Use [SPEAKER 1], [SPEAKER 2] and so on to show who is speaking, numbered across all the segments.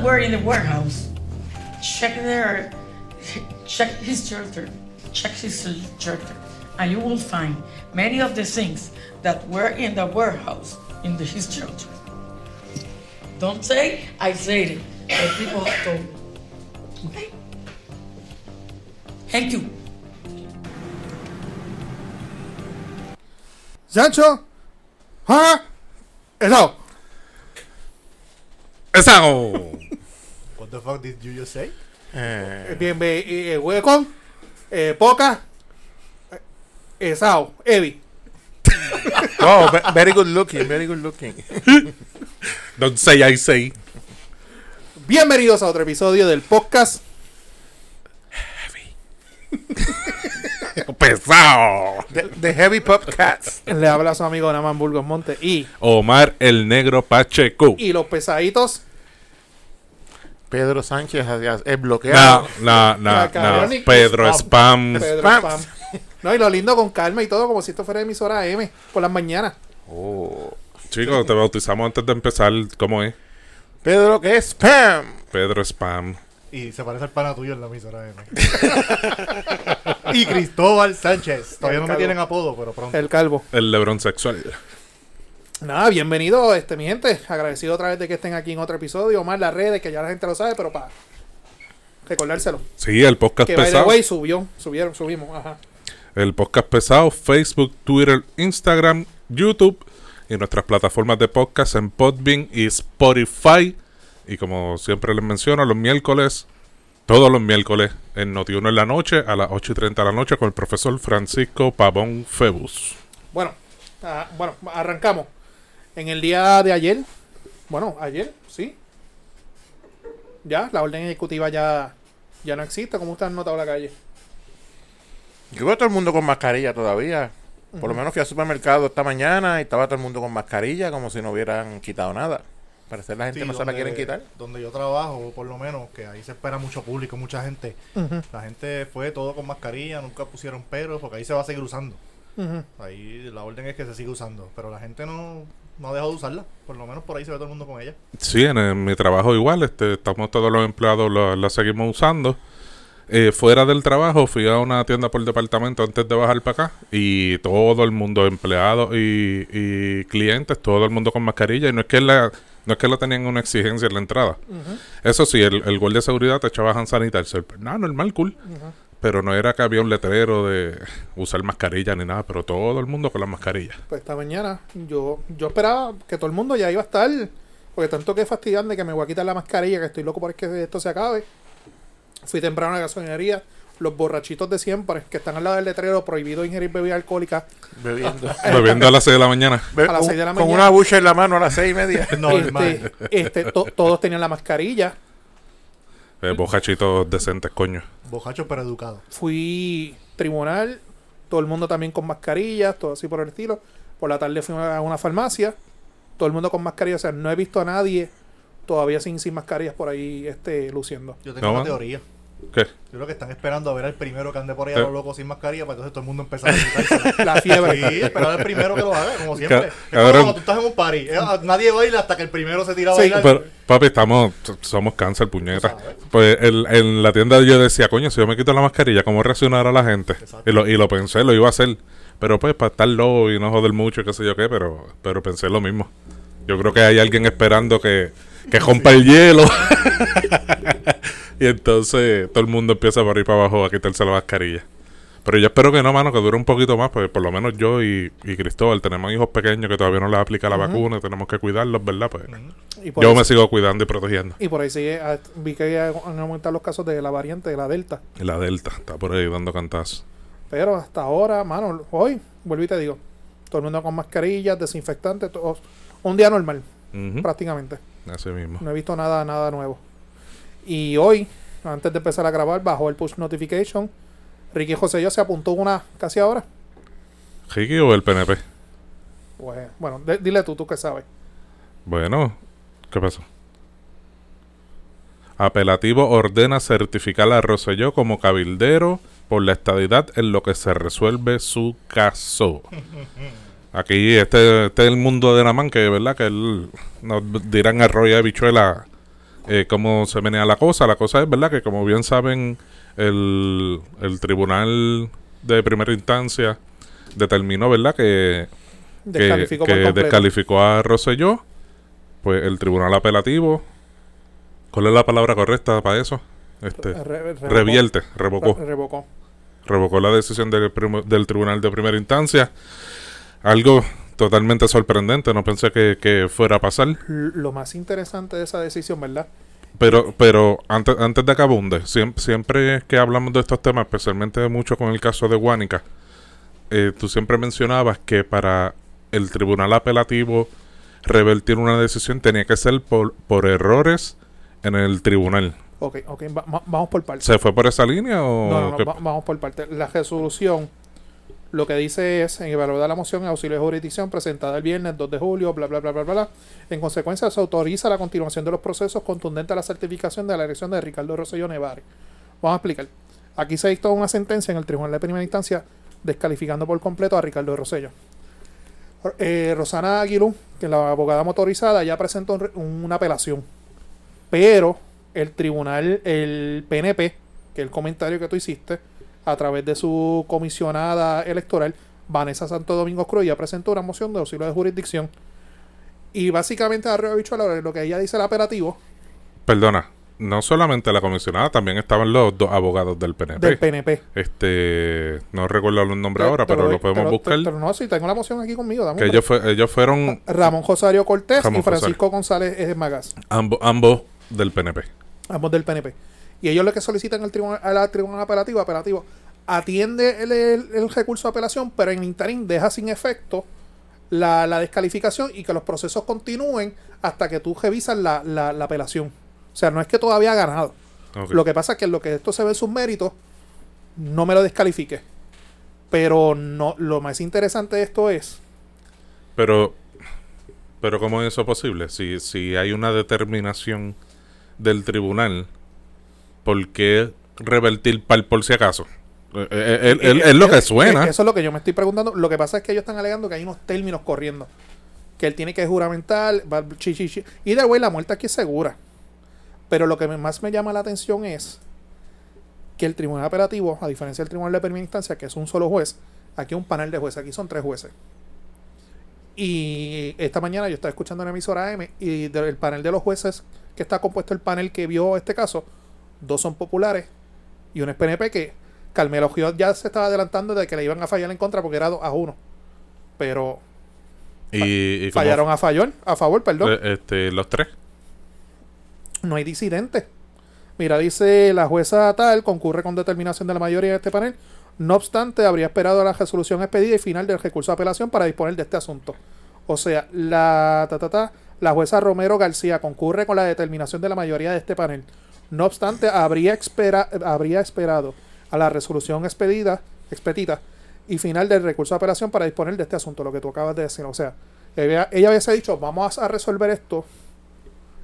[SPEAKER 1] already in the warehouse. Check their, check his charter, check his charter, and you will find many of the things that were in the warehouse in the, his charter. Don't say I said it. The people have told. me. Okay. Thank you.
[SPEAKER 2] Sancho, huh? Esao.
[SPEAKER 3] Esao.
[SPEAKER 4] What the fuck did you just say?
[SPEAKER 3] Eh,
[SPEAKER 2] Bienvenido, welcome, eh, Poca, eh, Esao, Evi.
[SPEAKER 3] wow, ve- very good looking, very good looking. Don't say I say.
[SPEAKER 2] Bienvenidos a otro episodio del podcast.
[SPEAKER 3] Pesado. The, the heavy pop cats.
[SPEAKER 2] Le habla a su amigo Naman Burgos Monte y,
[SPEAKER 3] Omar el Negro Pacheco.
[SPEAKER 2] y los pesaditos.
[SPEAKER 4] Pedro Sánchez adiós, es bloqueado.
[SPEAKER 3] No, no, no, no.
[SPEAKER 2] Macaroni.
[SPEAKER 3] Pedro Spam.
[SPEAKER 2] Pedro Pam.
[SPEAKER 4] Pams.
[SPEAKER 2] No, y lo lindo con calma y todo, como si esto fuera emisora M por las mañanas.
[SPEAKER 3] Oh. Chicos, te bautizamos antes de empezar. ¿Cómo es?
[SPEAKER 4] Pedro que es spam.
[SPEAKER 3] Pedro Spam.
[SPEAKER 4] Y se parece al pana tuyo en la emisora M. y Cristóbal Sánchez. Todavía no me
[SPEAKER 2] Calvo.
[SPEAKER 4] tienen apodo, pero pronto.
[SPEAKER 2] El calvo.
[SPEAKER 3] El Lebrón sexual.
[SPEAKER 2] Nada, bienvenido, este, mi gente. Agradecido otra vez de que estén aquí en otro episodio. Más las redes, que ya la gente lo sabe, pero para recordárselo.
[SPEAKER 3] Sí, el podcast
[SPEAKER 2] Que by the
[SPEAKER 3] pesado.
[SPEAKER 2] way subió, subieron, subimos, ajá.
[SPEAKER 3] El podcast pesado, Facebook, Twitter, Instagram, YouTube y nuestras plataformas de podcast en Podbean y Spotify. Y como siempre les menciono, los miércoles, todos los miércoles, en Notiuno en la noche, a las 8 y 30 de la noche, con el profesor Francisco Pavón Febus.
[SPEAKER 2] Bueno, ah, bueno, arrancamos. En el día de ayer, bueno, ayer, sí. Ya, la orden ejecutiva ya, ya no existe, como ustedes han notado en la calle.
[SPEAKER 4] Yo veo a todo el mundo con mascarilla todavía. Por lo menos fui al supermercado esta mañana y estaba todo el mundo con mascarilla, como si no hubieran quitado nada. Parece que la gente
[SPEAKER 5] Sí,
[SPEAKER 4] no se la
[SPEAKER 5] donde-
[SPEAKER 4] quieren quitar.
[SPEAKER 5] Donde yo trabajo, por lo menos, que ahí se espera mucho público, mucha gente. La gente fue todo con mascarilla, nunca pusieron pero, porque ahí se va a seguir usando.
[SPEAKER 2] Ujú.
[SPEAKER 5] Ahí la orden es que se sigue usando, pero la gente no, no ha dejado de usarla. Por lo menos por ahí se ve todo el mundo con ella.
[SPEAKER 3] Sí, en, en mi trabajo igual, este, estamos todos los empleados, la, la seguimos usando. Eh, fuera del trabajo fui a una tienda por departamento antes de bajar para acá y todo el mundo, empleados y, y clientes, todo el mundo con mascarilla y no es que la, no es que la tenían una exigencia en la entrada. Eso sí, el, el guardia de seguridad te echaba hand sanitizer, pero nada, normal, cool. Pero no era que había un letrero de usar mascarilla ni nada, pero todo el mundo con la mascarilla.
[SPEAKER 2] Pues esta mañana yo, yo esperaba que todo el mundo ya iba a estar, porque tanto que fastidian de que me voy a quitar la mascarilla, que estoy loco por que esto se acabe. Fui temprano a la gasolinería, los borrachitos de siempre, que están al lado del letrero prohibido ingerir bebida alcohólica.
[SPEAKER 4] Bebiendo.
[SPEAKER 3] Bebiendo a las 6 de la mañana.
[SPEAKER 4] Be-
[SPEAKER 2] A las seis de la
[SPEAKER 4] con
[SPEAKER 2] mañana.
[SPEAKER 4] una bucha en la mano a las seis y media.
[SPEAKER 5] Normal.
[SPEAKER 2] Este, este, to- todos tenían la mascarilla.
[SPEAKER 3] Eh, bojachitos decentes, coño.
[SPEAKER 5] Bojacho pero educado.
[SPEAKER 2] Fui tribunal, todo el mundo también con mascarillas, todo así por el estilo. Por la tarde fui a una farmacia, todo el mundo con mascarilla. O sea, no he visto a nadie todavía sin, sin mascarillas por ahí este, luciendo.
[SPEAKER 5] Yo tengo
[SPEAKER 3] No,
[SPEAKER 5] una
[SPEAKER 3] man.
[SPEAKER 5] teoría.
[SPEAKER 3] ¿Qué?
[SPEAKER 5] Yo creo que están esperando a ver al primero que ande por ahí a
[SPEAKER 3] Eh.
[SPEAKER 5] los locos sin mascarilla para entonces todo el mundo empezar a quitársela.
[SPEAKER 2] La fiebre.
[SPEAKER 5] Sí, esperar al primero que lo haga, como siempre.
[SPEAKER 3] Ca-
[SPEAKER 5] Es como
[SPEAKER 3] cabrón.
[SPEAKER 5] cuando tú estás en un party, eh, nadie baila hasta que el primero se tira a
[SPEAKER 2] Sí,
[SPEAKER 5] bailar.
[SPEAKER 3] Pero, papi, estamos, somos cáncer, puñeta. Pues el- en la tienda yo decía, coño, si yo me quito la mascarilla, ¿cómo reaccionará la gente? Y lo, y lo pensé, lo iba a hacer. Pero pues, para estar lobo y no joder mucho, y qué sé yo qué, pero, pero pensé lo mismo. Yo creo que hay alguien esperando que, que rompa el hielo. y entonces todo el mundo empieza por ir para abajo a quitarse la mascarilla. Pero yo espero que no, mano, que dure un poquito más, pues por lo menos yo y, y Cristóbal tenemos hijos pequeños que todavía no les aplica la vacuna, tenemos que cuidarlos, ¿verdad? Pues,
[SPEAKER 2] Y por,
[SPEAKER 3] yo
[SPEAKER 2] ahí,
[SPEAKER 3] me sigo cuidando y protegiendo.
[SPEAKER 2] y por ahí sigue, ah, vi que han aumentado los casos de la variante, de la delta.
[SPEAKER 3] Y La Delta está por ahí dando cantazos.
[SPEAKER 2] Pero hasta ahora, mano, hoy, vuelvo y te digo, todo el mundo con mascarillas, desinfectantes, todo- un día normal,
[SPEAKER 3] Ujú,
[SPEAKER 2] prácticamente.
[SPEAKER 3] Así mismo.
[SPEAKER 2] No he visto nada, nada nuevo. Y hoy, antes de empezar a grabar, bajó el push notification. Ricky José yo se apuntó una casi ahora.
[SPEAKER 3] ¿Ricky o el PNP?
[SPEAKER 2] Pues, bueno, de- dile tú, tú que sabes.
[SPEAKER 3] Bueno, ¿qué pasó? Apelativo ordena certificar a Rosselló como cabildero por la estadidad en lo que se resuelve su caso. Aquí este, este es el mundo de Namán, que verdad que él nos dirán arroyo de bichuela eh, cómo se menea la cosa. La cosa es, ¿verdad? Que como bien saben, el, el tribunal de primera instancia determinó, ¿verdad? Que, que-
[SPEAKER 2] Descalificó
[SPEAKER 3] que
[SPEAKER 2] por completo.
[SPEAKER 3] descalificó a Rosselló. Pues el tribunal apelativo. ¿Cuál es la palabra correcta para eso? Este,
[SPEAKER 2] Re- re- Eh, revocó. Eh,
[SPEAKER 3] revierte, revocó.
[SPEAKER 2] Re- revocó.
[SPEAKER 3] revocó la decisión del, prim- del tribunal de primera instancia. Algo totalmente sorprendente, no pensé que, que fuera a pasar.
[SPEAKER 2] L- Lo más interesante de esa decisión, ¿verdad?
[SPEAKER 3] Pero, pero antes, antes de que abunde, siem- siempre, que hablamos de estos temas, especialmente mucho con el caso de Guánica, eh, tú siempre mencionabas que para el tribunal apelativo revertir una decisión tenía que ser por, por errores en el tribunal.
[SPEAKER 2] Ok, ok, va- va- vamos por partes.
[SPEAKER 3] ¿Se fue por esa línea o
[SPEAKER 2] No, no, no,
[SPEAKER 3] qué?
[SPEAKER 2] va- vamos por parte. La resolución lo que dice es, en evaluar la moción en auxilio de jurisdicción presentada el viernes 2 de julio, bla, bla, bla, bla, bla, bla. En consecuencia, se autoriza la continuación de los procesos contundente a la certificación de la elección de Ricardo Rosselló Nevares. Vamos a explicar. Aquí se dictó una sentencia en el Tribunal de Primera Instancia descalificando por completo a Ricardo Rosselló. Eh, Rosana Aguilú, que es la abogada motorizada, ya presentó un re- una apelación. Pero el tribunal, el PNP, que es el comentario que tú hiciste, a través de su comisionada electoral, Vanessa Santo Domingo Cruz, ya presentó una moción de auxilio de jurisdicción. Y básicamente arriba bichuela lo que ella dice el apelativo
[SPEAKER 3] Perdona, no solamente la comisionada, también estaban los dos abogados del PNP.
[SPEAKER 2] del PNP.
[SPEAKER 3] este, no recuerdo los nombres
[SPEAKER 2] Te-
[SPEAKER 3] ahora,
[SPEAKER 2] te
[SPEAKER 3] pero
[SPEAKER 2] doy-
[SPEAKER 3] lo podemos
[SPEAKER 2] te te-
[SPEAKER 3] buscar.
[SPEAKER 2] te lo- no, si tengo la moción aquí conmigo, dame
[SPEAKER 3] que
[SPEAKER 2] un
[SPEAKER 3] ellos, fue- ellos fueron
[SPEAKER 2] break. Ramón Rosario Cortés
[SPEAKER 3] Ramón
[SPEAKER 2] y Francisco González eh, Magas,
[SPEAKER 3] ambos, ambos del PNP.
[SPEAKER 2] ambos del PNP. Y ellos lo que solicitan al tribunal, a la tribunal apelativo, apelativo, atiende el, el- el recurso de apelación, pero en interín deja sin efecto la, la descalificación y que los procesos continúen hasta que tú revisas la, la- la apelación. O sea, no es que todavía ha ganado.
[SPEAKER 3] Ok.
[SPEAKER 2] Lo que pasa es que en lo que esto se ve en sus méritos, no me lo descalifique. Pero no, lo más interesante de esto es
[SPEAKER 3] Pero, pero ¿cómo es eso posible? Si, si hay una determinación del tribunal, ¿por qué revertir pal por si acaso? Eh, eh, eh, Es es lo que suena.
[SPEAKER 2] E-, Eso es lo que yo me estoy preguntando. Lo que pasa es que ellos están alegando que hay unos términos corriendo. Que él tiene que juramentar. va- chi, chi, chi. Y de way, la muerte aquí es segura. Pero lo que me- más me llama la atención es que el tribunal apelativo, a diferencia del tribunal de primera instancia, que es un solo juez, aquí hay un panel de jueces, aquí son tres jueces. Y esta mañana yo estaba escuchando una emisora M y del panel de los jueces que está compuesto el panel que vio este caso, dos son populares y un es PNP que Carmelo Gios ya se estaba adelantando de que le iban a fallar en contra porque era 2 a 1. Pero
[SPEAKER 3] y, y como-
[SPEAKER 2] fallaron a fallón, a favor, perdón.
[SPEAKER 3] eh, este, los tres.
[SPEAKER 2] No hay disidentes. Mira, dice la jueza tal, concurre con determinación de la mayoría de este panel. No obstante, habría esperado la resolución expedida y final del recurso de apelación para disponer de este asunto. O sea, la, ta, ta, ta, la jueza Romero García concurre con la determinación de la mayoría de este panel. No obstante, habría, espera- habría esperado a la resolución expedida, expedita y final del recurso de apelación para disponer de este asunto, lo que tú acabas de decir. O sea, ella, ella había dicho, vamos a resolver esto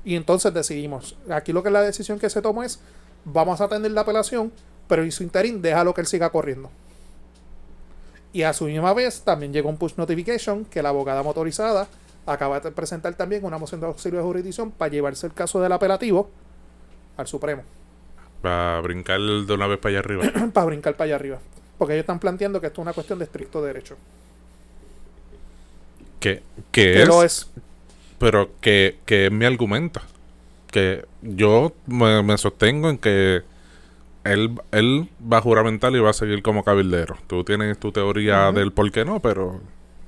[SPEAKER 2] y entonces decidimos. Aquí lo que es la decisión que se toma es, vamos a atender la apelación, pero en su interín déjalo que él siga corriendo. Y a su misma vez también llegó un push notification que la abogada motorizada acaba de presentar también una moción de auxilio de jurisdicción para llevarse el caso del apelativo al Supremo,
[SPEAKER 3] Para brincar de una vez para allá arriba.
[SPEAKER 2] para brincar para allá arriba. Porque ellos están planteando que esto es una cuestión de estricto derecho.
[SPEAKER 3] que, que
[SPEAKER 2] Que
[SPEAKER 3] es,
[SPEAKER 2] lo es.
[SPEAKER 3] pero que, que es mi argumento. Que yo me, me sostengo en que él, él va a juramentar y va a seguir como cabildero. Tú tienes tu teoría del por qué no, pero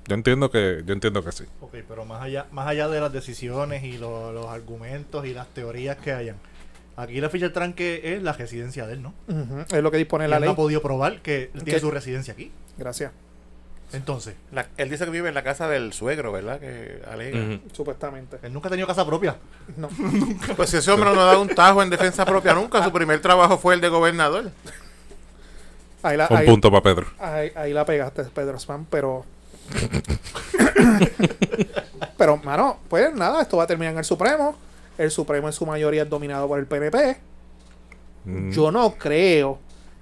[SPEAKER 3] yo entiendo que, yo entiendo que sí.
[SPEAKER 5] Ok, pero más allá, más allá de las decisiones y lo- los argumentos y las teorías que hayan, aquí la ficha del tranque es la residencia de él, ¿no?
[SPEAKER 2] Ujú, Es lo que dispone
[SPEAKER 5] Él
[SPEAKER 2] la
[SPEAKER 5] no
[SPEAKER 2] ley.
[SPEAKER 5] ha podido probar que él
[SPEAKER 2] ¿Qué?
[SPEAKER 5] tiene su residencia aquí.
[SPEAKER 2] Gracias,
[SPEAKER 5] Entonces,
[SPEAKER 4] La- él dice que vive en la casa del suegro, ¿verdad? Que alega.
[SPEAKER 2] supuestamente.
[SPEAKER 5] él nunca ha tenido casa propia.
[SPEAKER 2] No.
[SPEAKER 4] Pues ese hombre no da un tajo en defensa propia nunca. Su primer trabajo fue el de gobernador.
[SPEAKER 2] Ahí la,
[SPEAKER 3] Un
[SPEAKER 2] ahí-
[SPEAKER 3] punto para Pedro.
[SPEAKER 2] Ahí, ahí la pegaste, Pedro Spam, pero. pero, mano, pues nada, esto va a terminar en el Supremo. El Supremo en su mayoría es dominado por el PNP.
[SPEAKER 3] Mm,
[SPEAKER 2] Yo no creo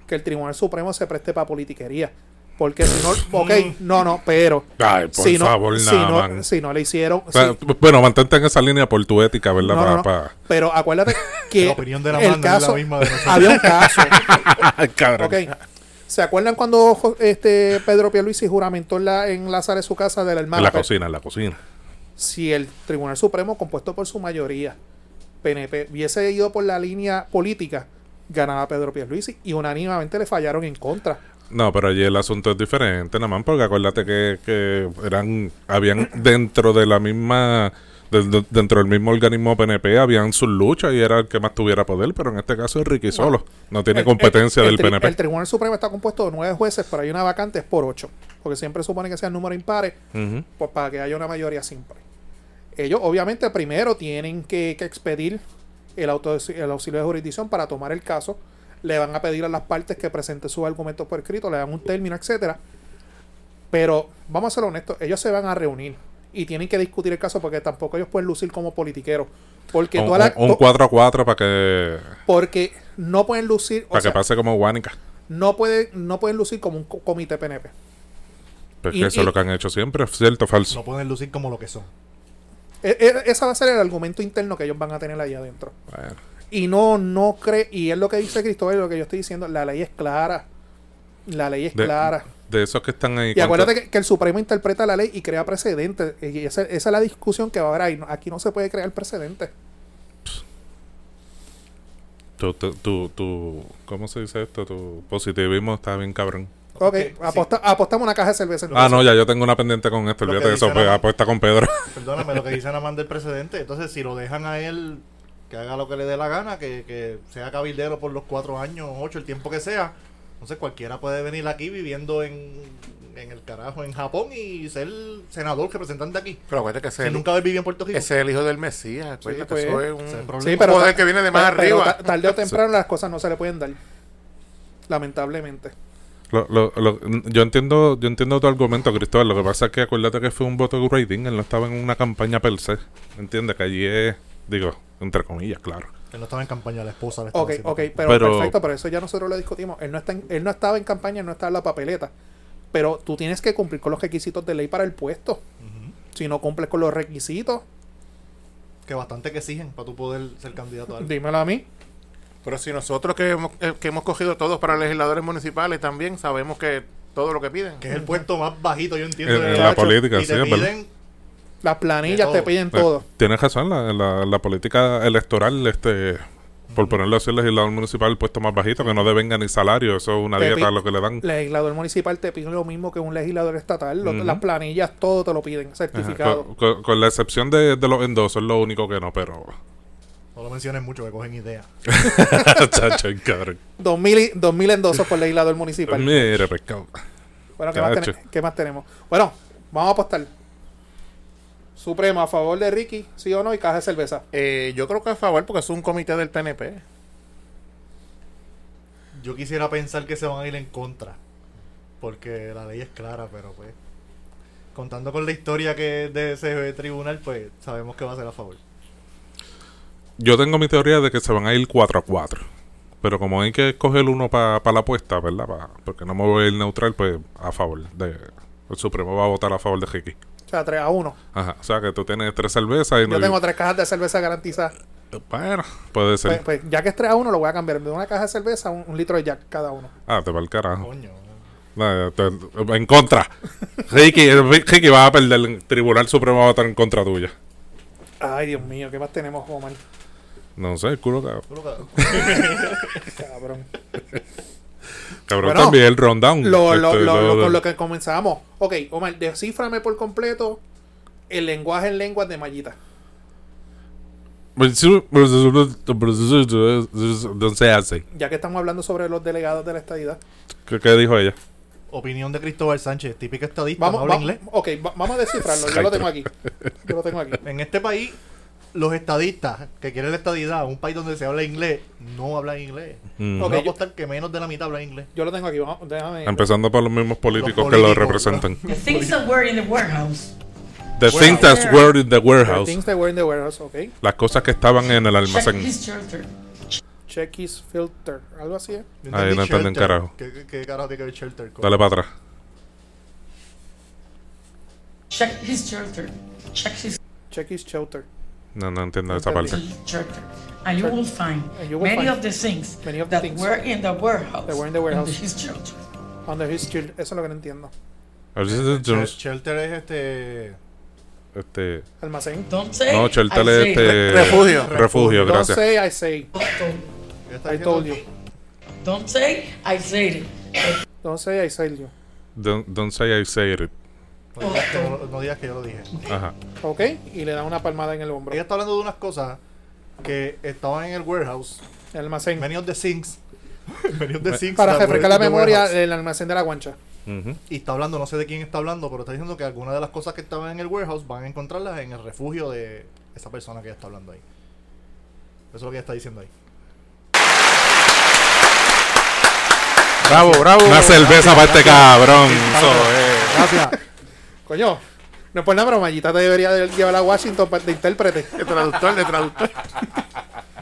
[SPEAKER 2] que el Tribunal Supremo se preste para politiquería. Porque si no, ok, no, no, pero
[SPEAKER 3] Mm. Ay, por
[SPEAKER 2] si no,
[SPEAKER 3] favor,
[SPEAKER 2] si,
[SPEAKER 3] nada,
[SPEAKER 2] no
[SPEAKER 3] man.
[SPEAKER 2] si no le hicieron,
[SPEAKER 3] O sea,
[SPEAKER 2] sí,
[SPEAKER 3] Bueno, mantente en esa línea por tu ética, ¿verdad?
[SPEAKER 2] no, no, no,
[SPEAKER 3] Para-
[SPEAKER 2] pero acuérdate que
[SPEAKER 5] La opinión de la
[SPEAKER 2] el
[SPEAKER 5] banda no es la
[SPEAKER 2] caso,
[SPEAKER 5] misma de nosotros.
[SPEAKER 2] había un caso,
[SPEAKER 3] para- Cabrón.
[SPEAKER 2] ok, ¿se acuerdan cuando jo- este Pedro Pierluisi juramentó en la, en la sala de su casa de la hermana?
[SPEAKER 3] En la
[SPEAKER 2] Pues,
[SPEAKER 3] cocina, en la cocina.
[SPEAKER 2] si el Tribunal Supremo, compuesto por su mayoría, PNP, hubiese ido por la línea política, ganaba Pedro Pierluisi y unánimamente le fallaron en contra.
[SPEAKER 3] No, pero allí el asunto es diferente, nada más, porque acuérdate que, que eran, habían dentro de la misma, de- de- dentro del mismo organismo PNP, habían sus luchas y era el que más tuviera poder, pero en este caso es Ricky solo, no tiene
[SPEAKER 2] El-
[SPEAKER 3] competencia
[SPEAKER 2] el- el
[SPEAKER 3] del
[SPEAKER 2] tri-
[SPEAKER 3] PNP.
[SPEAKER 2] El Tribunal Supremo está compuesto de nueve jueces, pero hay una vacante, es por ocho. Porque siempre supone que sean números impares,
[SPEAKER 3] Ujú.
[SPEAKER 2] pues para que haya una mayoría simple. Ellos, obviamente, primero tienen que, que expedir el, auto, el auxilio de jurisdicción para tomar el caso. Le van a pedir a las partes que presenten sus argumentos por escrito, le dan un término, etcétera. Pero vamos a ser honestos, ellos se van a reunir y tienen que discutir el caso porque tampoco ellos pueden lucir como politiqueros. Porque,
[SPEAKER 3] Un,
[SPEAKER 2] toda la-
[SPEAKER 3] un- un
[SPEAKER 2] to-
[SPEAKER 3] 4 a 4 para que,
[SPEAKER 2] porque no pueden lucir, o
[SPEAKER 3] para
[SPEAKER 2] sea,
[SPEAKER 3] que pase como Guánica.
[SPEAKER 2] no, pueden, no pueden lucir como un co- comité PNP.
[SPEAKER 3] Porque
[SPEAKER 2] y-
[SPEAKER 3] eso
[SPEAKER 2] y-
[SPEAKER 3] es lo Pues que han hecho siempre, cierto o
[SPEAKER 2] Ah.
[SPEAKER 3] falso.
[SPEAKER 5] No pueden lucir como lo que son.
[SPEAKER 2] E- e- ese va a ser el argumento interno que ellos van a tener ahí adentro.
[SPEAKER 3] Bueno.
[SPEAKER 2] Y no, no cree, y es lo que dice Cristóbal, lo que yo estoy diciendo, la ley es clara. La ley es
[SPEAKER 3] De-
[SPEAKER 2] clara.
[SPEAKER 3] De esos que están ahí.
[SPEAKER 2] Y acuérdate
[SPEAKER 3] contra-
[SPEAKER 2] que, que el Supremo interpreta la ley y crea precedentes. Y esa, esa es la discusión que va a haber ahí. No- Aquí no se puede crear precedentes.
[SPEAKER 3] Tu, tu, tu- tu- ¿Cómo se dice esto? Tu positivismo está bien cabrón.
[SPEAKER 2] Ok, aposta- apostamos una caja de cerveza.
[SPEAKER 3] Ah,
[SPEAKER 2] entonces.
[SPEAKER 3] no, ya yo tengo una pendiente con esto.
[SPEAKER 5] Lo que
[SPEAKER 3] Olvídate de eso,
[SPEAKER 5] dice
[SPEAKER 3] pues,
[SPEAKER 5] la-
[SPEAKER 3] apuesta con Pedro.
[SPEAKER 5] Perdóname lo que dice Namán del precedente. Entonces, si lo dejan a él que haga lo que le dé la gana, que, que sea cabildero por los cuatro años, ocho, el tiempo que sea, entonces cualquiera puede venir aquí viviendo en, en el carajo, en Japón y ser senador, representante aquí.
[SPEAKER 4] Pero acuérdate que ese,
[SPEAKER 5] Sin nunca haber vivido en Puerto Rico.
[SPEAKER 4] ese es el hijo del Mesías. acuérdate
[SPEAKER 2] pues.
[SPEAKER 4] que eso es un,
[SPEAKER 5] Ese es el problema.
[SPEAKER 2] Sí,
[SPEAKER 4] un
[SPEAKER 2] pero
[SPEAKER 4] poder
[SPEAKER 2] ta-
[SPEAKER 4] que viene de más
[SPEAKER 2] ta- pero
[SPEAKER 4] arriba.
[SPEAKER 2] ta- tarde o temprano las cosas no se le pueden dar. Lamentablemente.
[SPEAKER 3] Lo- lo- lo- yo entiendo yo entiendo tu argumento, Cristóbal. Lo que pasa es que acuérdate que fue un voto rating. Él no estaba en una campaña per se. Entiende que allí es, digo, entre comillas, claro.
[SPEAKER 5] Él no estaba en campaña, la esposa le estaba
[SPEAKER 2] Ok,
[SPEAKER 5] haciendo
[SPEAKER 2] ok,
[SPEAKER 5] campaña.
[SPEAKER 2] pero,
[SPEAKER 3] Pero-
[SPEAKER 2] perfecto, pero eso ya nosotros lo discutimos. Él no, está en- él no estaba en campaña, él no estaba en la papeleta. Pero tú tienes que cumplir con los requisitos de ley para el puesto. Si no cumples con los requisitos,
[SPEAKER 5] Que bastante que exigen para tú poder ser candidato a algo.
[SPEAKER 2] dímelo a mí.
[SPEAKER 4] Pero si nosotros que hemos, eh, que hemos cogido todos para legisladores municipales también sabemos que todo lo que piden.
[SPEAKER 5] Que es el puesto más bajito, yo entiendo.
[SPEAKER 3] En-
[SPEAKER 5] de
[SPEAKER 3] en
[SPEAKER 2] la
[SPEAKER 3] política,
[SPEAKER 5] y te
[SPEAKER 3] sí, es
[SPEAKER 5] piden
[SPEAKER 3] verdad.
[SPEAKER 2] Las planillas
[SPEAKER 5] De
[SPEAKER 2] te
[SPEAKER 5] todo.
[SPEAKER 2] piden
[SPEAKER 3] Eh,
[SPEAKER 2] todo.
[SPEAKER 3] Tienes razón, la, la- la política electoral, este por ponerlo así, el legislador municipal, el puesto más bajito, que no devenga ni salario, eso es una
[SPEAKER 2] Pepi-
[SPEAKER 3] dieta lo que le dan.
[SPEAKER 2] El legislador municipal te pide lo mismo que un legislador estatal. lo-
[SPEAKER 3] Ujú.
[SPEAKER 2] Las planillas, todo te lo piden,
[SPEAKER 3] Ajá,
[SPEAKER 2] certificado.
[SPEAKER 3] Con, con- con la excepción de, de los endosos, es lo único que no, pero.
[SPEAKER 5] No lo menciones mucho, que cogen ideas.
[SPEAKER 3] Chacho, el cabrón.
[SPEAKER 2] Dos mil, y- dos mil endosos por legislador municipal.
[SPEAKER 3] Mire, pescado.
[SPEAKER 2] Bueno, ¿qué más,
[SPEAKER 3] Chacho.
[SPEAKER 2] tene- qué más tenemos? Bueno, vamos a apostar. Supremo a favor de Ricky, sí o no, y caja de cerveza.
[SPEAKER 4] Eh, yo creo que a favor porque es un comité del PNP.
[SPEAKER 5] Yo quisiera pensar que se van a ir en contra. Porque la ley es clara, pero pues. Contando con la historia que de ese tribunal, pues sabemos que va a ser a favor.
[SPEAKER 3] Yo tengo mi teoría de que se van a ir 4 a 4. Pero como hay que escoger uno para la apuesta, ¿verdad? Pa- porque no me voy a ir neutral, pues a favor. De, el Supremo va a votar a favor de Ricky.
[SPEAKER 2] O sea, 3 a 1.
[SPEAKER 3] Ajá. O sea que tú tienes tres cervezas y no.
[SPEAKER 2] Yo tengo tres cajas de cerveza garantizadas.
[SPEAKER 3] Bueno, puede ser.
[SPEAKER 2] Pues, pues, ya que es 3 a 1, lo voy a cambiar. De una caja de cerveza, un, un litro de Jack cada uno.
[SPEAKER 3] Ah, te va el carajo.
[SPEAKER 5] Coño.
[SPEAKER 3] Nah, te- te- en contra. Ricky, Ricky va a perder. El Tribunal Supremo va a estar en contra tuya.
[SPEAKER 2] Ay, Dios mío, ¿qué más tenemos, Omar?
[SPEAKER 3] No sé, el culo cabrón.
[SPEAKER 5] Tú lo-
[SPEAKER 2] Cabrón.
[SPEAKER 3] Cabrón,
[SPEAKER 2] Bueno,
[SPEAKER 3] también el rundown.
[SPEAKER 2] Lo, lo,
[SPEAKER 3] Este,
[SPEAKER 2] lo-
[SPEAKER 3] lo-
[SPEAKER 2] lo-
[SPEAKER 3] lo-
[SPEAKER 2] con lo que comenzamos. Ok, Omar, descíframe por completo el lenguaje en lenguas de Mallita.
[SPEAKER 3] No se hace.
[SPEAKER 2] Ya que estamos hablando sobre los delegados de la estadidad.
[SPEAKER 3] ¿Qué, qué dijo ella?
[SPEAKER 5] Opinión de Cristóbal Sánchez, típica estadista,
[SPEAKER 2] Vamos,
[SPEAKER 5] no habla
[SPEAKER 2] va-
[SPEAKER 5] inglés.
[SPEAKER 2] ok, va- vamos a descifrarlo. Yo lo tengo aquí. Yo lo tengo aquí.
[SPEAKER 5] En este país, los estadistas que quieren la estadidad, un país donde se habla inglés, no hablan inglés.
[SPEAKER 3] Mm.
[SPEAKER 5] No
[SPEAKER 2] Ok,
[SPEAKER 5] va a
[SPEAKER 2] yo-
[SPEAKER 5] costar que menos de la mitad hablan inglés.
[SPEAKER 2] Yo lo tengo aquí. Vamos, déjame.
[SPEAKER 3] Empezando por los mismos políticos,
[SPEAKER 5] Los
[SPEAKER 3] que lo
[SPEAKER 5] políticos,
[SPEAKER 3] representan.
[SPEAKER 1] The things that were in the warehouse.
[SPEAKER 3] The things that were in the
[SPEAKER 2] The
[SPEAKER 3] warehouse.
[SPEAKER 2] Things that were in the warehouse, ok.
[SPEAKER 3] Las cosas que estaban en el
[SPEAKER 1] Check
[SPEAKER 3] almacén.
[SPEAKER 1] his shelter.
[SPEAKER 2] Check his filter. Algo así, ¿eh?
[SPEAKER 5] Yo
[SPEAKER 3] Ahí
[SPEAKER 5] entendí
[SPEAKER 3] no entendí un
[SPEAKER 5] shelter.
[SPEAKER 3] carajo.
[SPEAKER 5] ¿Qué, qué- qué carajo tiene que ver shelter? con-
[SPEAKER 3] Dale para atrás.
[SPEAKER 1] Check his shelter. Check his
[SPEAKER 2] Check his shelter.
[SPEAKER 3] No, no entiendo esa parte.
[SPEAKER 1] his shelter. And you will find
[SPEAKER 2] And you will
[SPEAKER 1] many
[SPEAKER 2] find
[SPEAKER 1] of the things
[SPEAKER 2] many of the
[SPEAKER 1] that
[SPEAKER 2] things
[SPEAKER 1] were in the warehouse.
[SPEAKER 2] that were in the warehouse.
[SPEAKER 1] his shelter.
[SPEAKER 2] Under his shield. Eso es lo que no entiendo.
[SPEAKER 3] A ver si es Jones,
[SPEAKER 5] Eh, Shelter es este.
[SPEAKER 3] este,
[SPEAKER 2] Almacén.
[SPEAKER 1] Don't say.
[SPEAKER 3] no,
[SPEAKER 1] I
[SPEAKER 3] Shelter es
[SPEAKER 1] say.
[SPEAKER 3] este,
[SPEAKER 4] Refugio.
[SPEAKER 3] refugio,
[SPEAKER 2] Don't
[SPEAKER 3] gracias.
[SPEAKER 2] say I say.
[SPEAKER 5] ¿qué está
[SPEAKER 2] I
[SPEAKER 5] diciendo?
[SPEAKER 2] told you.
[SPEAKER 1] Don't say. I said it.
[SPEAKER 2] Don't say I said you.
[SPEAKER 3] Don't, don't say I say it.
[SPEAKER 5] No digas, que yo, Pues, no digas que yo lo dije.
[SPEAKER 3] Ajá.
[SPEAKER 2] ¿Ok? Y le da una palmada en el hombro.
[SPEAKER 5] Ella está hablando de unas cosas que estaban en el warehouse.
[SPEAKER 2] El almacén.
[SPEAKER 5] Many of the things. Many of the things.
[SPEAKER 2] Para
[SPEAKER 5] that were
[SPEAKER 2] refrescar
[SPEAKER 5] in
[SPEAKER 2] la
[SPEAKER 5] the
[SPEAKER 2] memoria, eh.
[SPEAKER 5] warehouse.
[SPEAKER 2] el almacén de la guancha.
[SPEAKER 3] Ujú.
[SPEAKER 5] Y está hablando, no sé de quién está hablando, pero está diciendo que algunas de las cosas que estaban en el warehouse van a encontrarlas en el refugio de esa persona que ella está hablando ahí. Eso es lo que ella está diciendo ahí.
[SPEAKER 4] Bravo, bravo.
[SPEAKER 3] Una cerveza para este cabrón. eso es.
[SPEAKER 2] Gracias. Coño, no es por nada, pero Mayita te debería de llevar a Washington pa- de intérprete.
[SPEAKER 4] De traductor, de traductor.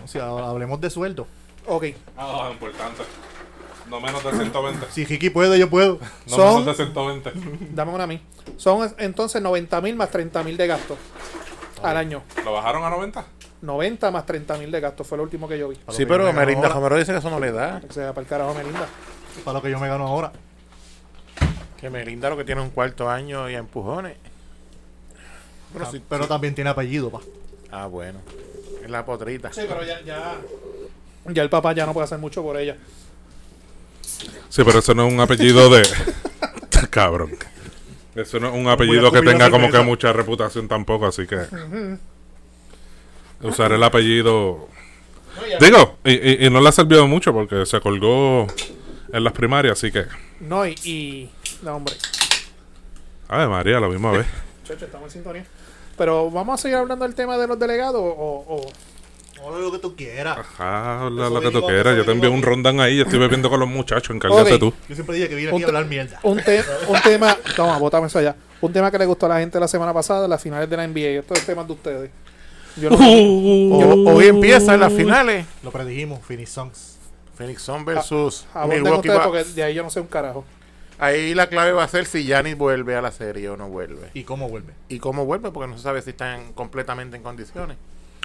[SPEAKER 5] O sea, hablemos de sueldo.
[SPEAKER 2] Ok.
[SPEAKER 3] Ah, importante. No menos de 120.
[SPEAKER 5] Si Hiki puede, yo puedo.
[SPEAKER 3] No
[SPEAKER 2] Son-
[SPEAKER 3] menos de 120.
[SPEAKER 2] Dame una a mí. Son es- entonces 90 mil más 30 mil de gastos al año.
[SPEAKER 3] ¿Lo bajaron a 90?
[SPEAKER 2] 90 más 30 mil de gastos fue lo último que yo vi.
[SPEAKER 4] Sí, pero Merinda
[SPEAKER 5] ahora.
[SPEAKER 4] Romero dice que eso no le da.
[SPEAKER 2] O sea, para el carajo, Melinda.
[SPEAKER 5] Para lo que yo me gano ahora.
[SPEAKER 4] Que Merinda lo que tiene un cuarto año y a empujones. Pero
[SPEAKER 5] Ah,
[SPEAKER 4] sí-
[SPEAKER 5] pero también tiene apellido, pa.
[SPEAKER 4] Ah, bueno. Es la potrita.
[SPEAKER 2] pero ya, ya. Ya el papá ya no puede hacer mucho por ella.
[SPEAKER 3] Sí, pero eso no es un apellido de. Cabrón. Eso no es un apellido que
[SPEAKER 5] cuyo
[SPEAKER 3] tenga como que
[SPEAKER 5] cerveza.
[SPEAKER 3] mucha reputación tampoco, así que. Usar el apellido. Digo, y, y- y no le ha servido mucho porque se colgó en las primarias, así que.
[SPEAKER 2] No, y. y- no, hombre.
[SPEAKER 3] Ay, María, la misma vez.
[SPEAKER 2] Chacho, estamos en sintonía. Pero vamos a seguir hablando del tema de los delegados o. o-
[SPEAKER 5] Ahora lo que tú quieras.
[SPEAKER 3] Ah, habla
[SPEAKER 5] Eso
[SPEAKER 3] lo que tú
[SPEAKER 5] digo,
[SPEAKER 3] quieras.
[SPEAKER 5] eso
[SPEAKER 3] Yo te
[SPEAKER 5] digo.
[SPEAKER 3] envío un rondán ahí. Yo estoy bebiendo con los muchachos. Encárgate
[SPEAKER 2] Ok.
[SPEAKER 3] tú.
[SPEAKER 5] Yo siempre dije que vine aquí a hablar mierda.
[SPEAKER 2] un, te- un tema. Toma, bótame eso allá. Un tema que le gustó a la gente la semana pasada, las finales de la NBA. Esto es tema de ustedes. Yo no-
[SPEAKER 4] O- hoy empiezan las finales.
[SPEAKER 5] Lo predijimos, Finish Songs.
[SPEAKER 4] Phoenix Sun versus
[SPEAKER 2] Abonden
[SPEAKER 4] Milwaukee
[SPEAKER 2] ustedes
[SPEAKER 4] Bucks.
[SPEAKER 2] porque de ahí yo no sé un carajo.
[SPEAKER 4] Ahí la clave va a ser si Giannis vuelve a la serie o no vuelve.
[SPEAKER 5] ¿Y cómo vuelve?
[SPEAKER 4] ¿Y cómo vuelve? Porque no se sabe si están completamente en condiciones.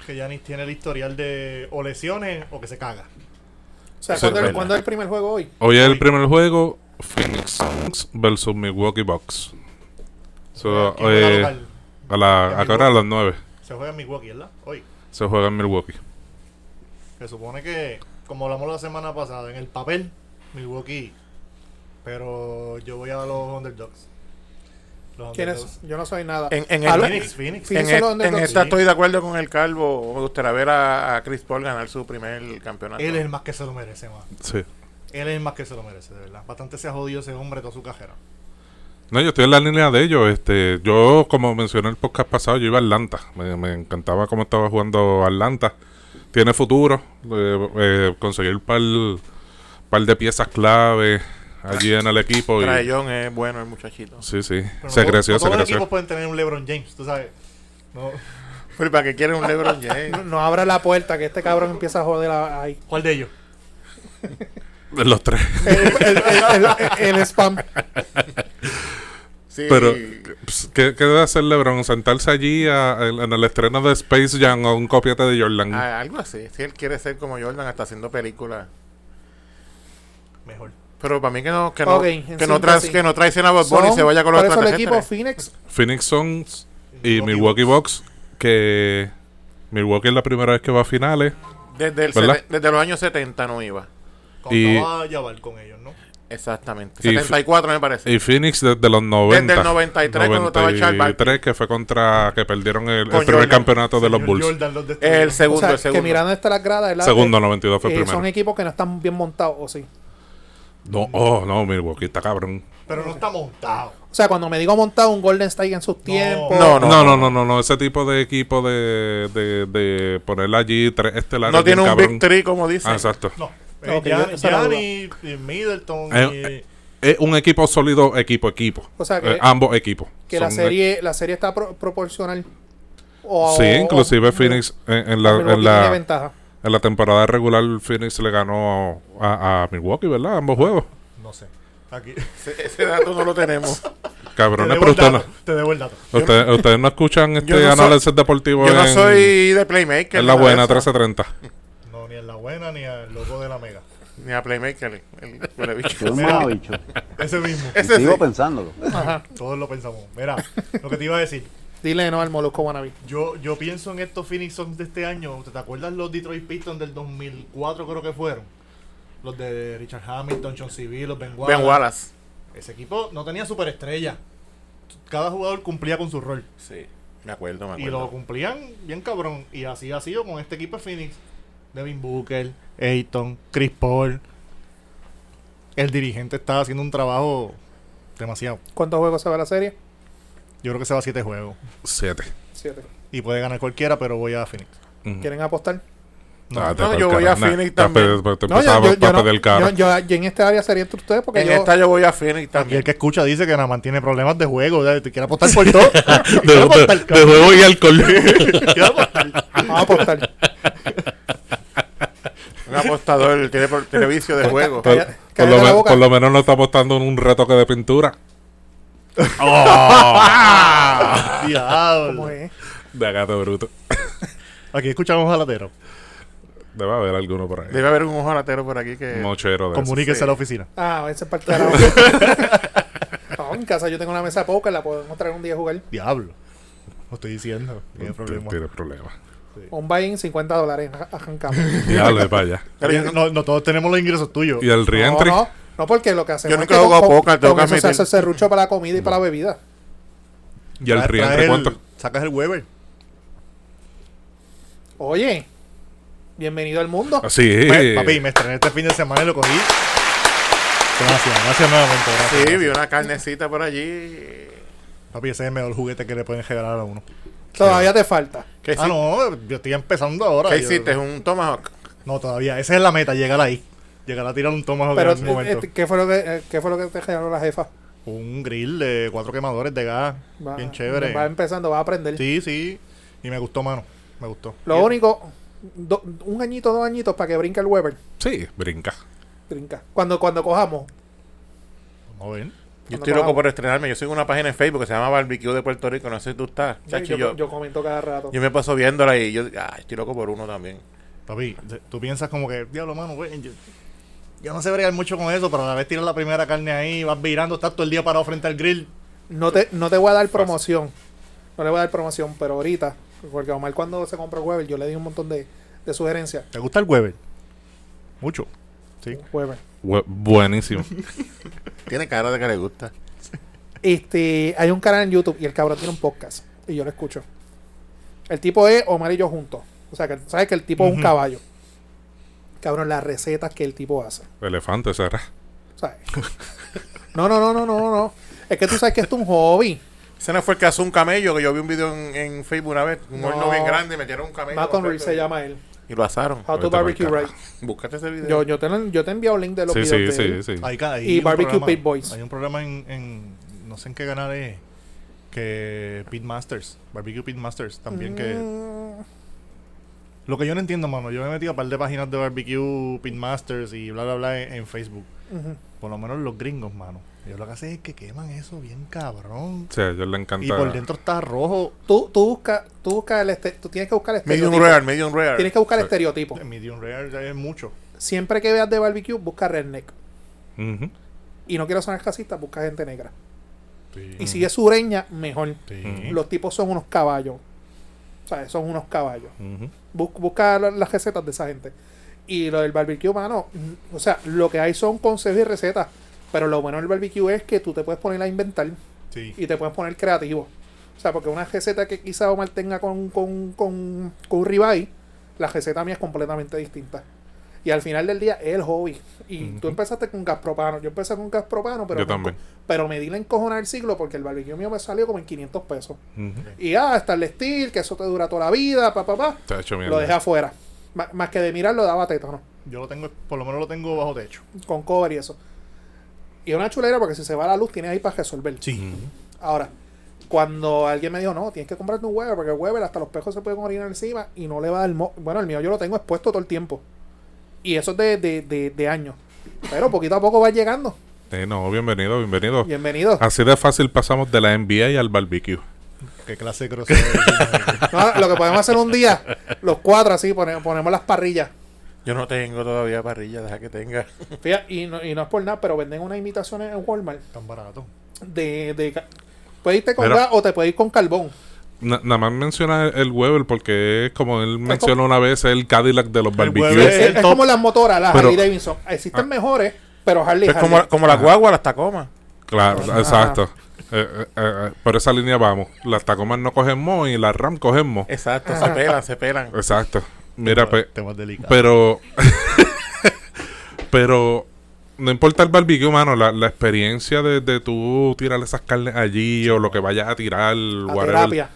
[SPEAKER 5] Que Yanis tiene el historial de o lesiones o que se caga.
[SPEAKER 2] O sea,
[SPEAKER 3] Sí,
[SPEAKER 2] ¿cuándo,
[SPEAKER 3] es verdad.
[SPEAKER 2] cuándo es el primer juego hoy?
[SPEAKER 3] Hoy es el primer juego. Phoenix Suns versus Milwaukee Bucks. So,
[SPEAKER 5] ¿Quién va a
[SPEAKER 3] eh,
[SPEAKER 5] tocar?
[SPEAKER 3] a la ¿a qué hora? A las 9
[SPEAKER 5] Se juega en Milwaukee, ¿verdad? Hoy.
[SPEAKER 3] se juega en Milwaukee.
[SPEAKER 5] Se supone que, como hablamos la semana pasada, en el papel, Milwaukee. Pero yo voy a los underdogs. Los
[SPEAKER 2] ¿Quién
[SPEAKER 5] underdogs.
[SPEAKER 2] es? Yo no soy nada.
[SPEAKER 4] En, en,
[SPEAKER 2] A
[SPEAKER 4] el-
[SPEAKER 2] la-
[SPEAKER 5] Phoenix, Phoenix.
[SPEAKER 2] Phoenix son
[SPEAKER 4] en el-
[SPEAKER 2] los
[SPEAKER 4] en
[SPEAKER 2] underdogs.
[SPEAKER 4] esta
[SPEAKER 5] Sí.
[SPEAKER 4] estoy de acuerdo con el Calvo. Me gustaría ver a, a Chris Paul ganar su primer campeonato.
[SPEAKER 5] Él es el más que se lo merece, man.
[SPEAKER 3] Sí.
[SPEAKER 5] Él es el más que se lo merece, de verdad. Bastante se ha jodido ese hombre toda su cajera.
[SPEAKER 3] No, yo estoy en la línea de ellos. Este, yo, como mencioné el podcast pasado, yo iba a Atlanta. Me, me encantaba cómo estaba jugando Atlanta. Tiene futuro. eh, eh, conseguir un par, par de piezas clave allí en el equipo. y-
[SPEAKER 4] Trayón es bueno el muchachito.
[SPEAKER 3] sí, sí.
[SPEAKER 5] Pero no
[SPEAKER 3] Se
[SPEAKER 5] todo-
[SPEAKER 3] creció,
[SPEAKER 5] no
[SPEAKER 3] se
[SPEAKER 5] todos los
[SPEAKER 3] creció.
[SPEAKER 5] equipos pueden tener un LeBron James, tú sabes. No.
[SPEAKER 4] Pero ¿y ¿para qué quiere un LeBron James?
[SPEAKER 2] No abra la puerta, que este cabrón empieza a joder a- ahí.
[SPEAKER 5] ¿Cuál de ellos?
[SPEAKER 3] Los tres.
[SPEAKER 2] El,
[SPEAKER 5] Eh.
[SPEAKER 2] el- el- el- el spam.
[SPEAKER 4] Sí,
[SPEAKER 3] Pero, pues, ¿qué, qué debe hacer LeBron? Sentarse allí a- en, en el estreno de Space Jam o un copiate de
[SPEAKER 5] Ah,
[SPEAKER 3] Jordan.
[SPEAKER 4] a- algo así. Si él quiere ser como Jordan, hasta haciendo películas.
[SPEAKER 5] Mejor.
[SPEAKER 4] Pero para mí que no, que no,
[SPEAKER 2] Ok, en
[SPEAKER 4] que no,
[SPEAKER 2] síntesis.
[SPEAKER 4] tras- que no traicione a Bob Bunny y
[SPEAKER 2] Son-
[SPEAKER 4] se vaya con los
[SPEAKER 2] por eso el equipo
[SPEAKER 4] extraterrestres.
[SPEAKER 2] Phoenix
[SPEAKER 3] Phoenix Suns y
[SPEAKER 5] Milwaukee
[SPEAKER 3] Milwaukee Bucks. Que Milwaukee es la primera vez que va a finales.
[SPEAKER 4] Desde, el
[SPEAKER 3] ¿Verdad?
[SPEAKER 4] sete- desde los años 70 no iba.
[SPEAKER 3] Y-
[SPEAKER 5] Contaba Jabal con ellos, ¿no?
[SPEAKER 4] Exactamente.
[SPEAKER 3] Y-
[SPEAKER 4] 74 me parece.
[SPEAKER 3] Y Phoenix desde los 90.
[SPEAKER 4] Desde el 93 cuando estaba Charles Barkley.
[SPEAKER 3] 93, que fue contra. que perdieron el, el
[SPEAKER 4] Con
[SPEAKER 3] primer
[SPEAKER 4] Jordan.
[SPEAKER 3] campeonato de los
[SPEAKER 5] Señor
[SPEAKER 3] Bulls.
[SPEAKER 5] Jordan, los este destruyó.
[SPEAKER 4] el
[SPEAKER 2] o
[SPEAKER 4] segundo,
[SPEAKER 2] sea,
[SPEAKER 4] el segundo.
[SPEAKER 2] que mirando hasta las gradas ¿verdad?
[SPEAKER 3] Segundo,
[SPEAKER 2] Que,
[SPEAKER 3] 92 fue
[SPEAKER 2] eh,
[SPEAKER 3] el primero.
[SPEAKER 2] son equipos que no están bien montados o sí
[SPEAKER 3] No, oh, no, Milwaukee está cabrón.
[SPEAKER 5] Pero no está montado.
[SPEAKER 2] o sea cuando me digo montado un Golden State en sus tiempos
[SPEAKER 4] No,
[SPEAKER 3] No, no, no, no, no, ese tipo de equipo de, de, de poner allí tres estelares.
[SPEAKER 4] No tiene
[SPEAKER 3] bien
[SPEAKER 4] un
[SPEAKER 3] cabrón.
[SPEAKER 4] Big Three, como dicen.
[SPEAKER 3] Ah, exacto.
[SPEAKER 5] No. Eh,
[SPEAKER 2] Ok,
[SPEAKER 5] Gianni,
[SPEAKER 2] esa era la duda.
[SPEAKER 5] Middleton
[SPEAKER 3] Eh,
[SPEAKER 5] y-
[SPEAKER 3] eh, Es un equipo sólido, equipo, equipo.
[SPEAKER 2] O sea que-
[SPEAKER 3] Eh, ambos equipos.
[SPEAKER 2] que la
[SPEAKER 3] Son,
[SPEAKER 2] serie la serie está pro- proporcional O-
[SPEAKER 3] eh, Sí,
[SPEAKER 2] o-
[SPEAKER 3] inclusive
[SPEAKER 2] o-
[SPEAKER 3] Phoenix en, en la,
[SPEAKER 2] Milwaukee
[SPEAKER 3] en,
[SPEAKER 2] tiene
[SPEAKER 3] la,
[SPEAKER 2] ventaja
[SPEAKER 3] en la temporada regular Phoenix le ganó a, a Milwaukee, ¿verdad? Ambos juegos.
[SPEAKER 5] No sé. Aquí.
[SPEAKER 4] Ese, ese dato no lo tenemos.
[SPEAKER 3] Cabrones,
[SPEAKER 5] debo
[SPEAKER 3] pero
[SPEAKER 5] el
[SPEAKER 3] ustedes
[SPEAKER 5] dato,
[SPEAKER 3] no,
[SPEAKER 5] te debo el dato.
[SPEAKER 3] ustedes, ustedes no escuchan este
[SPEAKER 4] no soy-
[SPEAKER 3] análisis deportivo
[SPEAKER 4] Yo no
[SPEAKER 3] en-
[SPEAKER 4] soy de Playmaker.
[SPEAKER 3] en la
[SPEAKER 4] nada de
[SPEAKER 3] buena
[SPEAKER 4] eso.
[SPEAKER 3] 1330.
[SPEAKER 5] No, ni en la buena ni al loco de la mega.
[SPEAKER 4] Ni a Playmaker. el- el huele bicho.
[SPEAKER 6] Pues, Yo un mamabicho.
[SPEAKER 5] Ese mismo.
[SPEAKER 6] Y
[SPEAKER 4] Ese sí.
[SPEAKER 6] Sigo pensándolo.
[SPEAKER 5] Todos lo pensamos. Mira, lo que te iba a decir.
[SPEAKER 2] Dile no al Molusco Wannabe.
[SPEAKER 5] Yo, yo pienso en estos Phoenix Suns de este año. ¿Te te acuerdas los Detroit Pistons del 2004 creo que fueron? Los de Richard Hamilton, John Civil, los Ben Wallace.
[SPEAKER 4] Ben Wallace.
[SPEAKER 5] Ese equipo no tenía superestrella. Cada jugador cumplía con su rol.
[SPEAKER 4] Sí. Me acuerdo, me
[SPEAKER 5] Y lo
[SPEAKER 4] acuerdo.
[SPEAKER 5] cumplían bien cabrón. Y así ha sido con este equipo de Phoenix. Devin Booker, Ayton, Chris Paul. El dirigente está haciendo un trabajo demasiado.
[SPEAKER 2] ¿Cuántos juegos se va la serie?
[SPEAKER 5] Yo creo que se va a siete juegos.
[SPEAKER 3] 7.
[SPEAKER 2] Siete.
[SPEAKER 5] Y puede ganar cualquiera, pero voy a Phoenix.
[SPEAKER 3] Mm.
[SPEAKER 2] ¿Quieren apostar?
[SPEAKER 3] Ah,
[SPEAKER 4] no, yo voy a Phoenix también.
[SPEAKER 3] Te
[SPEAKER 2] No,
[SPEAKER 3] empezaba a
[SPEAKER 2] no-
[SPEAKER 3] pedir el cara.
[SPEAKER 2] yo- yo- yo en esta área sería entre ustedes porque
[SPEAKER 4] En
[SPEAKER 2] yo...
[SPEAKER 4] esta yo voy a Phoenix
[SPEAKER 5] Y el
[SPEAKER 4] también.
[SPEAKER 5] que escucha dice que nada más tiene problemas de juego. ¿verdad? Te quiere apostar por todo.
[SPEAKER 3] De, de, de huevo y alcohol.
[SPEAKER 5] Quiere apostar.
[SPEAKER 2] Vamos a apostar.
[SPEAKER 4] Un apostador tiene, por- tiene vicio de juego.
[SPEAKER 3] Por-
[SPEAKER 2] Calla-
[SPEAKER 3] por,
[SPEAKER 2] cállate
[SPEAKER 3] lo
[SPEAKER 2] la
[SPEAKER 3] men-
[SPEAKER 2] boca.
[SPEAKER 3] por lo menos no está apostando en un retoque de pintura.
[SPEAKER 5] Diablo.
[SPEAKER 2] ¿Cómo es?
[SPEAKER 3] De gato bruto.
[SPEAKER 5] Aquí escuchamos jalatero.
[SPEAKER 3] Debe haber alguno por ahí.
[SPEAKER 4] Debe haber un ojalatero por aquí que.
[SPEAKER 3] Mochero de esos.
[SPEAKER 5] Comuníquese
[SPEAKER 4] sí.
[SPEAKER 5] a la oficina.
[SPEAKER 2] Ah, ese es para el carajo. No, en casa yo tengo una mesa de póker, la podemos traer un día a jugar.
[SPEAKER 5] Diablo. Lo estoy diciendo. Tiene
[SPEAKER 3] Tiene
[SPEAKER 5] problema.
[SPEAKER 3] tiene problemas.
[SPEAKER 2] Un buy-in 50 dólares en- a Hankam.
[SPEAKER 3] Diablo, para allá.
[SPEAKER 4] Pero yo, no-
[SPEAKER 5] No, no todos tenemos los ingresos tuyos.
[SPEAKER 3] Y el
[SPEAKER 2] No,
[SPEAKER 3] reentry.
[SPEAKER 2] no, no, porque lo que hacemos
[SPEAKER 4] Yo nunca he
[SPEAKER 2] con-
[SPEAKER 4] jugado
[SPEAKER 2] con-
[SPEAKER 4] póker, tengo
[SPEAKER 2] con
[SPEAKER 4] que
[SPEAKER 2] eso se
[SPEAKER 4] admitir.
[SPEAKER 2] hace serrucho para la comida y para la bebida.
[SPEAKER 3] Y el
[SPEAKER 5] Trae- trae
[SPEAKER 3] reentry,
[SPEAKER 5] el-
[SPEAKER 3] ¿cuánto?
[SPEAKER 5] Sacas el Weber.
[SPEAKER 2] Oye, bienvenido al mundo.
[SPEAKER 3] Ah, Sí.
[SPEAKER 5] Me- Papi, me estrené este fin de semana y lo cogí. Gracias, gracias nuevamente. Gracias.
[SPEAKER 4] sí, vi una carnecita por allí.
[SPEAKER 5] Papi, ese es el mejor juguete que le pueden regalar a uno.
[SPEAKER 2] Todavía te falta.
[SPEAKER 4] ¿Qué, hici-
[SPEAKER 5] Ah, no, yo estoy empezando ahora.
[SPEAKER 4] qué
[SPEAKER 5] Yo-
[SPEAKER 4] hiciste? ¿Un tomahawk?
[SPEAKER 5] No, todavía. Esa es la meta, llegar ahí. Llegar a tirar un tomahawk
[SPEAKER 2] Pero,
[SPEAKER 5] en algún momento.
[SPEAKER 2] eh, ¿qué fue lo que, eh, qué fue lo que te generó la jefa?
[SPEAKER 5] Un grill de cuatro quemadores de gas.
[SPEAKER 2] Va-
[SPEAKER 5] bien chévere.
[SPEAKER 2] Va empezando, va a aprender.
[SPEAKER 5] Sí, sí. Y me gustó, mano. Me gustó.
[SPEAKER 2] Lo único, do- un añito, dos añitos para que brinque el Weber.
[SPEAKER 3] Sí, brinca.
[SPEAKER 2] Brinca. Cuando, cuando cojamos.
[SPEAKER 5] Vamos a ver.
[SPEAKER 4] Yo
[SPEAKER 2] Cuando
[SPEAKER 4] estoy loco
[SPEAKER 2] cojamos.
[SPEAKER 4] por estrenarme. Yo sigo una página en Facebook que se llama Barbecue de Puerto Rico. No sé si tú estás.
[SPEAKER 2] Sí,
[SPEAKER 4] Chachi,
[SPEAKER 2] yo,
[SPEAKER 4] yo,
[SPEAKER 2] yo comento cada rato.
[SPEAKER 4] yo me paso viéndola y yo ah, estoy loco por uno también.
[SPEAKER 5] Papi, te- tú piensas como que, diablo, mano, güey, yo, yo no sé bregar mucho con eso, pero a la vez tiras la primera carne ahí, vas virando, estás todo el día parado frente al grill.
[SPEAKER 2] No te, no te voy a dar promoción. No le voy a dar promoción, pero ahorita, porque a Omar cuando se compró Weber, yo le di un montón de, de sugerencias.
[SPEAKER 5] ¿Te gusta el Weber? Mucho. Sí.
[SPEAKER 2] Weber.
[SPEAKER 3] Bu- buenísimo.
[SPEAKER 4] Tiene cara de que le gusta.
[SPEAKER 2] Este, hay un canal en YouTube y el cabrón tiene un podcast. Y yo lo escucho. El tipo es Omar y yo juntos. O sea, que sabes que el tipo es un
[SPEAKER 5] Ujú.
[SPEAKER 2] caballo. Cabrón, las recetas que el tipo hace.
[SPEAKER 3] Elefante, será.
[SPEAKER 2] ¿sabes? No, no, no, no, no, no. Es que tú sabes que esto es un hobby.
[SPEAKER 4] Ese no fue el que asó un camello, que yo vi un video en, en Facebook una vez. Un
[SPEAKER 2] No.
[SPEAKER 4] horno bien grande y metieron un camello.
[SPEAKER 2] Malcolm Reed
[SPEAKER 4] completo
[SPEAKER 2] se llama él.
[SPEAKER 4] Y lo asaron.
[SPEAKER 2] How
[SPEAKER 3] Vete
[SPEAKER 2] to
[SPEAKER 3] pa'l
[SPEAKER 2] Barbecue
[SPEAKER 3] carajo.
[SPEAKER 2] Right.
[SPEAKER 4] Búscate ese video.
[SPEAKER 2] Yo, yo, te, lo- yo te envío el link de los
[SPEAKER 3] Sí, sí,
[SPEAKER 2] videos de
[SPEAKER 3] sí,
[SPEAKER 2] él.
[SPEAKER 3] sí.
[SPEAKER 5] Hay ca- hay
[SPEAKER 2] Y
[SPEAKER 5] un
[SPEAKER 2] Barbecue
[SPEAKER 5] programa-
[SPEAKER 2] Pit Boys.
[SPEAKER 5] Hay un programa en, en- no sé en qué canal es, que Pit Masters, Barbecue Pit Masters, también que...
[SPEAKER 2] Mm,
[SPEAKER 5] Lo que yo no entiendo, mano, yo me he metido a par de páginas de Barbecue Pit Masters y bla, bla, bla en, en Facebook.
[SPEAKER 2] ujú.
[SPEAKER 5] Por lo menos los gringos, mano. Ellos lo que hacen es que queman eso bien cabrón.
[SPEAKER 3] Sí, a ellos le encanta.
[SPEAKER 5] Y por dentro está rojo.
[SPEAKER 2] Tú, tú buscas tú busca el este, tú tienes que buscar el
[SPEAKER 4] Medium
[SPEAKER 2] estereotipo.
[SPEAKER 4] rare, medium rare.
[SPEAKER 2] Tienes que buscar el estereotipo.
[SPEAKER 5] Medium rare ya es mucho.
[SPEAKER 2] Siempre que veas de barbecue, busca redneck.
[SPEAKER 3] Ujú,
[SPEAKER 2] Y no quiero sonar casista, busca gente negra.
[SPEAKER 5] Sí.
[SPEAKER 3] Mm.
[SPEAKER 2] Y si es sureña, mejor.
[SPEAKER 5] Sí.
[SPEAKER 2] Los tipos son unos caballos. O sea, son unos caballos.
[SPEAKER 3] ujú.
[SPEAKER 2] Bus- busca la- las recetas de esa gente. Y lo del barbecue, mano, mm, o sea, lo que hay son consejos y recetas. Pero lo bueno del barbecue es que tú te puedes poner a inventar
[SPEAKER 5] Sí.
[SPEAKER 2] y te puedes poner creativo. O sea, porque una receta que quizá Omar tenga con, con, con, con un ribeye, la receta mía es completamente distinta. Y al final del día es el hobby. Y tú empezaste con gas propano. Yo empecé con gas propano, pero,
[SPEAKER 3] Yo
[SPEAKER 2] me enco-
[SPEAKER 3] también.
[SPEAKER 2] pero me di la encojonar el siglo porque el barbecue mío me salió como en 500 pesos.
[SPEAKER 3] Ujú.
[SPEAKER 2] Y ah, está el steel, que eso te dura toda la vida, pa, pa, pa.
[SPEAKER 3] Te ha hecho mierda.
[SPEAKER 2] Lo dejé afuera. Ma- más que de mirar, lo daba tétano.
[SPEAKER 5] Yo lo tengo, por lo menos lo tengo bajo techo.
[SPEAKER 2] Con cover y eso. Y es una chulera porque si se va la luz, tienes ahí para resolver.
[SPEAKER 5] Sí.
[SPEAKER 2] Ahora, cuando alguien me dijo, no, tienes que comprarte un Weber, porque el Weber hasta los pejos se pueden orinar encima y no le va a dar... mo-". Bueno, el mío yo lo tengo expuesto todo el tiempo. Y eso es de, de, de- de años. Pero poquito a poco va llegando.
[SPEAKER 3] Eh, no, bienvenido, bienvenido.
[SPEAKER 2] Bienvenido.
[SPEAKER 3] Así de fácil pasamos de la NBA y al barbecue.
[SPEAKER 5] Qué clase de crossover.
[SPEAKER 2] No, lo que podemos hacer un día, los cuatro así, pone- ponemos las parrillas.
[SPEAKER 4] Yo no tengo todavía parrilla, deja que tenga.
[SPEAKER 2] Fija, y, no, y no es por nada, pero venden unas imitaciones en Walmart
[SPEAKER 5] Tan barato.
[SPEAKER 2] de... de ca- puedes irte con
[SPEAKER 3] Pero-
[SPEAKER 2] gas o te puedes ir con carbón.
[SPEAKER 3] Na- nada más menciona el Weber porque es como él menciona
[SPEAKER 2] como-
[SPEAKER 3] una vez el Cadillac de los
[SPEAKER 2] Es,
[SPEAKER 3] barbecues.
[SPEAKER 5] Weber.
[SPEAKER 2] es- es
[SPEAKER 5] top.
[SPEAKER 2] como las motoras, las
[SPEAKER 3] Pero- Ah.
[SPEAKER 2] Harley Davidson. Existen mejores, pero Harley...
[SPEAKER 4] Es
[SPEAKER 2] Harley.
[SPEAKER 4] como, como la guagua, las tacomas.
[SPEAKER 3] Claro,
[SPEAKER 2] Ah.
[SPEAKER 3] exacto. Eh, eh, eh, por esa línea vamos. Las Tacomas no cogemos y las Ram cogemos.
[SPEAKER 2] Eh.
[SPEAKER 4] Exacto, se pelan, se pelan.
[SPEAKER 3] Exacto. Mira, pe-
[SPEAKER 5] Temas delicados.
[SPEAKER 3] pero. pero. No importa el barbecue, mano, la, la experiencia de, de tú tirar esas carnes allí o lo que vayas a tirar,
[SPEAKER 2] La
[SPEAKER 3] whatever,
[SPEAKER 2] terapia.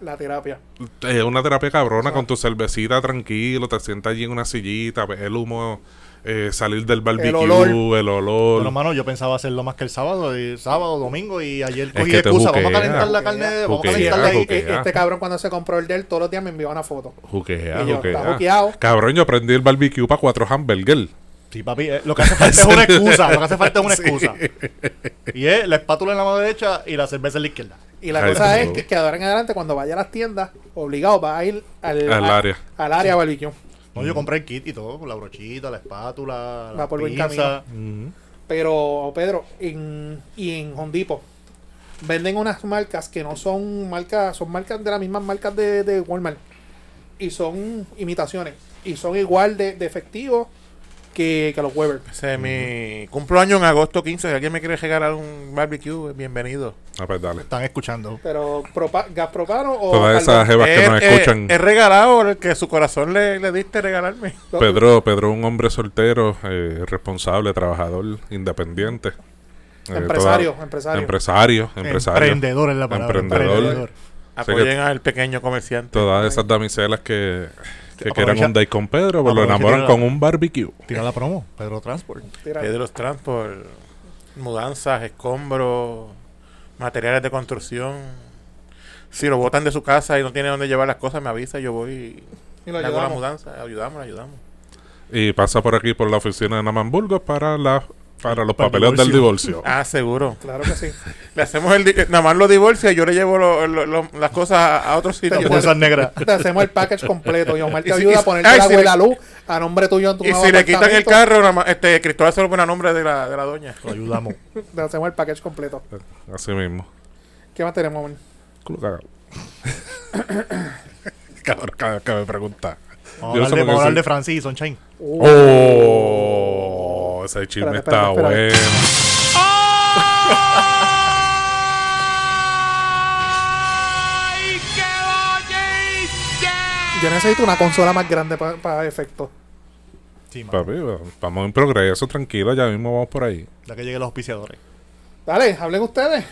[SPEAKER 2] La terapia.
[SPEAKER 3] es una terapia cabrona con tu cervecita tranquilo, te sientas allí en una sillita, ves el humo eh, salir del barbecue, el
[SPEAKER 2] olor.
[SPEAKER 3] olor.
[SPEAKER 5] Pero, mano, yo pensaba hacerlo más que el sábado, y sábado, domingo, y ayer cogí
[SPEAKER 3] que ah, te
[SPEAKER 5] excusa. vamos
[SPEAKER 3] juquea,
[SPEAKER 5] a calentar la
[SPEAKER 2] juquea,
[SPEAKER 5] carne, vamos a
[SPEAKER 3] juquea,
[SPEAKER 5] calentarla ahí.
[SPEAKER 3] juquea.
[SPEAKER 2] E- Este cabrón cuando se compró el de él, todos los días me envió una foto.
[SPEAKER 3] Juquea,
[SPEAKER 2] Y yo,
[SPEAKER 3] juquea.
[SPEAKER 2] está juqueado.
[SPEAKER 3] Cabrón, yo aprendí el barbecue para cuatro hamburger.
[SPEAKER 5] Sí, papi, eh, lo que hace falta es una excusa, lo que hace falta es una excusa. Y es la espátula en la mano derecha y la cerveza en la izquierda.
[SPEAKER 2] Y la
[SPEAKER 3] Ay,
[SPEAKER 2] cosa es
[SPEAKER 3] tú.
[SPEAKER 2] que, que de ahora en adelante, cuando vaya a las tiendas, obligado va a ir al,
[SPEAKER 3] Al
[SPEAKER 2] a-
[SPEAKER 3] área.
[SPEAKER 2] Al área barbecue.
[SPEAKER 5] No,
[SPEAKER 3] Mm.
[SPEAKER 5] yo compré el kit y todo, con la brochita, la espátula, la
[SPEAKER 2] Va por buen
[SPEAKER 5] pinza.
[SPEAKER 2] Pero, Pedro, en, y en Hondipo venden unas marcas que no son marcas, son marcas de las mismas marcas de, de Walmart. Y son imitaciones. Y son igual de, de efectivos que, que los Weber.
[SPEAKER 4] Ese es mi cumpleaños en agosto 15. Si alguien me quiere regalar un barbecue, bienvenido.
[SPEAKER 3] Ah, pues dale.
[SPEAKER 5] Están escuchando.
[SPEAKER 2] Pero propa- gas propano o
[SPEAKER 3] Todas esas
[SPEAKER 2] carbón.
[SPEAKER 3] jevas que nos
[SPEAKER 4] He- he-
[SPEAKER 3] escuchan.
[SPEAKER 4] He eh, regalado el que su corazón le, le diste regalarme.
[SPEAKER 2] Lo-
[SPEAKER 3] Pedro, Pedro, un hombre soltero, eh, responsable, trabajador, independiente. Eh,
[SPEAKER 2] Empresario,
[SPEAKER 3] toda-
[SPEAKER 2] empresario.
[SPEAKER 3] Empresario, empresario.
[SPEAKER 5] Emprendedor es la palabra.
[SPEAKER 3] Emprendedor.
[SPEAKER 4] Apoyen
[SPEAKER 3] que-
[SPEAKER 4] al pequeño comerciante.
[SPEAKER 3] Todas esas damiselas que, que
[SPEAKER 5] Aprovecha-
[SPEAKER 3] quieran un date con Pedro, pues lo
[SPEAKER 5] aprovecha y
[SPEAKER 3] enamoran
[SPEAKER 5] tira-
[SPEAKER 3] con un barbecue.
[SPEAKER 5] Tira la promo, Pedro Transport.
[SPEAKER 2] Tira-
[SPEAKER 4] Pedro's Transport, mudanzas, escombros, materiales de construcción. Si lo botan de su casa y no tiene dónde llevar las cosas, me avisa, yo voy
[SPEAKER 2] y
[SPEAKER 4] y
[SPEAKER 2] lo
[SPEAKER 4] le hago la
[SPEAKER 2] ayudamos.
[SPEAKER 4] mudanza. Ayudamos, le ayudamos.
[SPEAKER 3] Y pasa por aquí, por la oficina de Naman Burgos, para, la, para los
[SPEAKER 5] Para el
[SPEAKER 3] papeles del divorcio.
[SPEAKER 4] Ah, seguro.
[SPEAKER 2] Claro que sí.
[SPEAKER 4] Le hacemos el. di- Nada más lo divorcia y yo le llevo lo- lo- lo- las cosas a, a otro sitio.
[SPEAKER 5] La bolsa negra.
[SPEAKER 2] Te hacemos el package completo y Omar te
[SPEAKER 4] Y si-
[SPEAKER 2] ayuda
[SPEAKER 4] y
[SPEAKER 2] a
[SPEAKER 4] si-
[SPEAKER 2] ponerte
[SPEAKER 4] ay,
[SPEAKER 2] la
[SPEAKER 4] si le-
[SPEAKER 2] abuela luz a nombre tuyo en tu
[SPEAKER 4] Y
[SPEAKER 2] nuevo
[SPEAKER 4] si le quitan el
[SPEAKER 2] apartamento.
[SPEAKER 4] carro, nada más, este, Cristóbal se lo pone a nombre de la, de la doña.
[SPEAKER 5] Lo ayudamos.
[SPEAKER 2] Te hacemos el package completo.
[SPEAKER 3] Así mismo.
[SPEAKER 2] ¿Qué más tenemos, Omar?
[SPEAKER 3] Culo cagado. Cabrón, cada vez que me pregunta.
[SPEAKER 5] Vamos
[SPEAKER 3] Yo no
[SPEAKER 5] a
[SPEAKER 3] sé
[SPEAKER 5] hablar
[SPEAKER 3] por
[SPEAKER 5] de-
[SPEAKER 3] qué
[SPEAKER 5] vamos a hablar
[SPEAKER 3] sí.
[SPEAKER 5] de Francis y Sunshine.
[SPEAKER 2] Uh,
[SPEAKER 3] ¡Oh! Ese chisme
[SPEAKER 2] Espérate,
[SPEAKER 3] está
[SPEAKER 2] espérate,
[SPEAKER 3] bueno.
[SPEAKER 2] Yo necesito una consola más grande para efectos.
[SPEAKER 5] Sí, mano.
[SPEAKER 3] Papi, vamos en progreso, tranquilo, ya mismo vamos por ahí.
[SPEAKER 5] Ya que lleguen los auspiciadores.
[SPEAKER 2] Dale, hablen ustedes.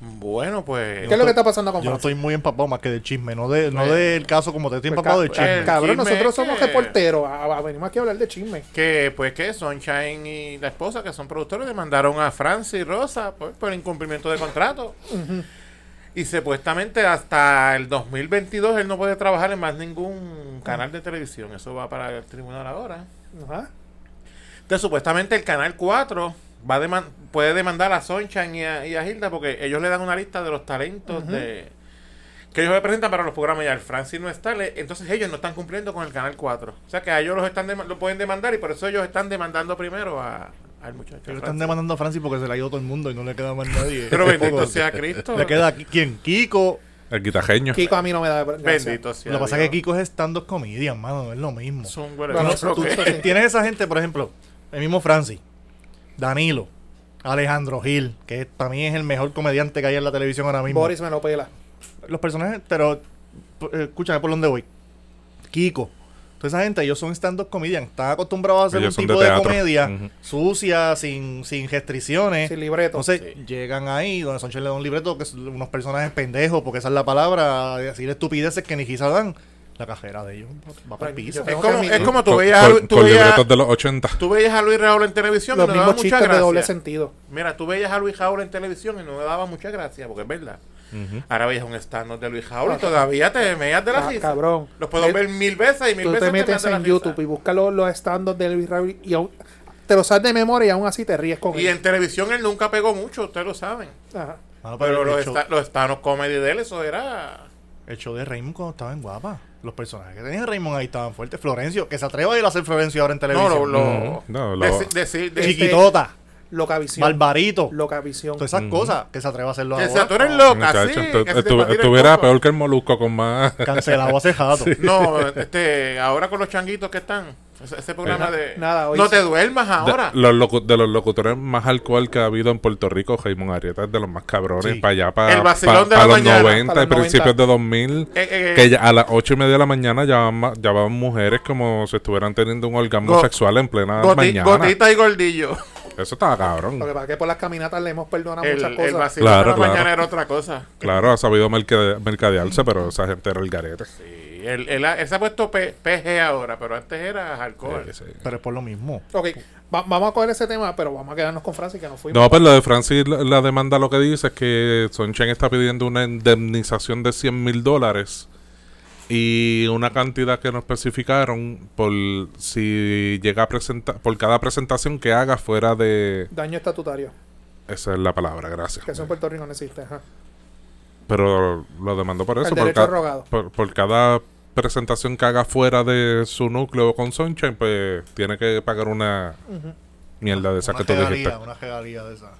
[SPEAKER 4] Bueno, pues.
[SPEAKER 2] ¿Qué es lo que está pasando con
[SPEAKER 5] Yo no
[SPEAKER 2] Francia?
[SPEAKER 5] estoy muy empapado más que del chisme, no, de, no del caso como te estoy
[SPEAKER 2] Pues,
[SPEAKER 5] empapado del
[SPEAKER 2] ca-
[SPEAKER 5] chisme.
[SPEAKER 4] eh,
[SPEAKER 2] Cabrón,
[SPEAKER 4] Chisme
[SPEAKER 2] nosotros
[SPEAKER 4] que-
[SPEAKER 2] somos reporteros. Ah, ah, venimos aquí a hablar de chisme.
[SPEAKER 4] Que, pues, que Sunshine y la esposa, que son productores, demandaron a Francis Rosa pues, por incumplimiento de contrato. Y supuestamente hasta el 2022 él no puede trabajar en más ningún canal de televisión. Eso va para el tribunal ahora.
[SPEAKER 2] Ajá.
[SPEAKER 4] Entonces, supuestamente el Canal 4 va a deman- puede demandar a Sunshine y a, y a Hilda porque ellos le dan una lista de los talentos de que ellos representan para los programas y al Francis no está, le- entonces ellos no están cumpliendo con el Canal 4. O sea que a ellos los están dema- lo pueden demandar y por eso ellos están demandando primero a, al muchacho.
[SPEAKER 5] Pero están
[SPEAKER 4] Francis.
[SPEAKER 5] demandando a Francis porque se le ha ido todo el mundo y no le queda más nadie.
[SPEAKER 4] eh, Pero bendito
[SPEAKER 5] Poco.
[SPEAKER 4] sea Cristo.
[SPEAKER 5] este, Le queda aquí- quién? Kiko.
[SPEAKER 3] El guitajeño.
[SPEAKER 2] Kiko a mí no me da gracia.
[SPEAKER 4] Bendito sea.
[SPEAKER 5] Lo que pasa es que
[SPEAKER 4] Dios.
[SPEAKER 5] Kiko es stand-up comedian, mano, no es lo mismo.
[SPEAKER 4] Es un huele-
[SPEAKER 2] Bueno,
[SPEAKER 4] no sé lo
[SPEAKER 2] tú-
[SPEAKER 4] que-
[SPEAKER 2] tú-
[SPEAKER 5] Tienes esa gente, por ejemplo, el mismo Francis, Danilo, Alejandro Gil, que también es el mejor comediante que hay en la televisión ahora mismo.
[SPEAKER 2] Boris me lo pela.
[SPEAKER 5] Los personajes, pero p- eh, escúchame por dónde voy. Kiko. Toda esa gente, ellos son stand-up comedian. Están acostumbrados a hacer
[SPEAKER 3] Ellos son
[SPEAKER 5] un tipo
[SPEAKER 3] de
[SPEAKER 5] de,
[SPEAKER 3] teatro.
[SPEAKER 5] comedia
[SPEAKER 3] Ujú.
[SPEAKER 5] sucia, sin, sin restricciones.
[SPEAKER 2] Sin libreto.
[SPEAKER 5] Entonces llegan ahí donde Sánchez le da un libreto que son unos personajes pendejos, porque esa es la palabra, de decir estupideces que ni quizá dan. La cajera de ellos va para el
[SPEAKER 2] Pero yo
[SPEAKER 5] piso.
[SPEAKER 4] Es
[SPEAKER 2] tengo
[SPEAKER 4] como,
[SPEAKER 2] que
[SPEAKER 4] es como tú
[SPEAKER 3] Con,
[SPEAKER 4] veías, a Lu-
[SPEAKER 3] con-
[SPEAKER 4] tú,
[SPEAKER 3] con
[SPEAKER 4] veías,
[SPEAKER 3] libretos de los 80.
[SPEAKER 4] tú veías a Luis Raúl en televisión y
[SPEAKER 2] Los
[SPEAKER 4] no daba
[SPEAKER 2] mismos
[SPEAKER 4] mucha
[SPEAKER 2] chistes de doble
[SPEAKER 4] gracia.
[SPEAKER 2] sentido.
[SPEAKER 4] Mira, tú veías a Luis Jaula en televisión y no me daba mucha gracia, porque es verdad. Ahora veías un stand de Luis Jaula y todavía te meas de la
[SPEAKER 2] Ah,
[SPEAKER 4] risa.
[SPEAKER 2] cabrón.
[SPEAKER 4] Los puedo
[SPEAKER 2] Eh,
[SPEAKER 4] ver mil veces y mil
[SPEAKER 2] Tú
[SPEAKER 4] veces
[SPEAKER 2] te
[SPEAKER 4] meas
[SPEAKER 2] metes
[SPEAKER 4] de la
[SPEAKER 2] en
[SPEAKER 4] risa.
[SPEAKER 2] YouTube y buscas los, los stand-ups de Elvis Raúl y aún- te lo sabes de memoria y aún así te ríes con él.
[SPEAKER 4] Y en televisión él nunca pegó mucho, ustedes lo saben.
[SPEAKER 2] Ajá.
[SPEAKER 5] Mano,
[SPEAKER 4] Pero los,
[SPEAKER 5] el, show,
[SPEAKER 4] esta- los Thanos Comedy de él, eso era.
[SPEAKER 5] el show de Raymond cuando estaba en guapa. Los personajes que tenía Raymond ahí estaban fuertes. Florencio, que se atreva a ir a hacer Florencio ahora en
[SPEAKER 4] No,
[SPEAKER 5] televisión.
[SPEAKER 4] lo.
[SPEAKER 3] Ujú.
[SPEAKER 4] lo
[SPEAKER 3] No, lo-
[SPEAKER 4] deci- decir.
[SPEAKER 2] Este,
[SPEAKER 4] de-
[SPEAKER 5] Chiquitota,
[SPEAKER 2] Locavisión.
[SPEAKER 5] Barbarito,
[SPEAKER 2] Locavisión.
[SPEAKER 5] todas esas cosas que se atreva a hacerlo
[SPEAKER 4] O sea,
[SPEAKER 5] ahora.
[SPEAKER 4] tú eres loca, sí.
[SPEAKER 3] Muchacho,
[SPEAKER 4] que
[SPEAKER 3] estu-
[SPEAKER 4] se te
[SPEAKER 3] estu-
[SPEAKER 4] va a tirar el
[SPEAKER 3] estuviera
[SPEAKER 4] coco.
[SPEAKER 3] peor que el molusco con más.
[SPEAKER 5] Cancelado hace jato.
[SPEAKER 4] No, este, ahora con los changuitos que están. Ese, ese programa de.
[SPEAKER 2] Nada, hoy
[SPEAKER 4] no
[SPEAKER 2] sí.
[SPEAKER 4] te duermas
[SPEAKER 3] De,
[SPEAKER 4] ahora.
[SPEAKER 3] los locu- de los locutores más alcohol que ha habido en Puerto Rico, Raymond Arrieta es de los más cabrones.
[SPEAKER 5] Sí.
[SPEAKER 3] Para allá, para,
[SPEAKER 4] El vacilón de la
[SPEAKER 3] los
[SPEAKER 4] mañana.
[SPEAKER 3] 90
[SPEAKER 2] Pa' los
[SPEAKER 3] y principios
[SPEAKER 2] 90.
[SPEAKER 3] de 2000.
[SPEAKER 4] Eh, eh,
[SPEAKER 3] Que ya a las 8 y media de la mañana ya van, ma- ya van mujeres como si estuvieran teniendo un orgasmo
[SPEAKER 4] Go-
[SPEAKER 3] sexual en plena
[SPEAKER 4] goti-
[SPEAKER 3] mañana.
[SPEAKER 4] gotita y gordillo.
[SPEAKER 3] Eso estaba cabrón.
[SPEAKER 2] Lo que pasa es que por las caminatas le hemos perdonado
[SPEAKER 4] El,
[SPEAKER 2] muchas
[SPEAKER 4] el
[SPEAKER 2] cosas.
[SPEAKER 4] vacilón de
[SPEAKER 3] Claro,
[SPEAKER 4] la
[SPEAKER 3] claro.
[SPEAKER 4] mañana era otra cosa.
[SPEAKER 3] Claro, ha sabido mercade- mercadearse, pero esa gente era el garete.
[SPEAKER 4] Sí, él, él ha- él se ha puesto P- PG ahora, pero antes era alcohol.
[SPEAKER 3] Sí, sí.
[SPEAKER 5] Pero es por lo mismo.
[SPEAKER 2] Ok, va- vamos a coger ese tema, pero vamos a quedarnos con Francis, que nos fuimos.
[SPEAKER 3] No, pero lo de Francis, la, la demanda lo que dice es que Sonchen está pidiendo una indemnización de 100 mil dólares y una cantidad que no especificaron por si llega a presentar, por cada presentación que haga fuera de...
[SPEAKER 2] Daño estatutario,
[SPEAKER 3] Esa es la palabra,
[SPEAKER 2] que eso
[SPEAKER 3] gracias.
[SPEAKER 2] en Puerto Rico no existe. ajá.
[SPEAKER 3] Pero lo demandó por eso.
[SPEAKER 2] El
[SPEAKER 3] Por,
[SPEAKER 2] derecho
[SPEAKER 3] ca-
[SPEAKER 2] rogado.
[SPEAKER 3] por- por cada presentación que haga fuera de su núcleo con Sonchen, pues tiene que pagar una mierda de esa
[SPEAKER 5] una
[SPEAKER 3] que tú dijiste.
[SPEAKER 5] regalía, una regalía de esa.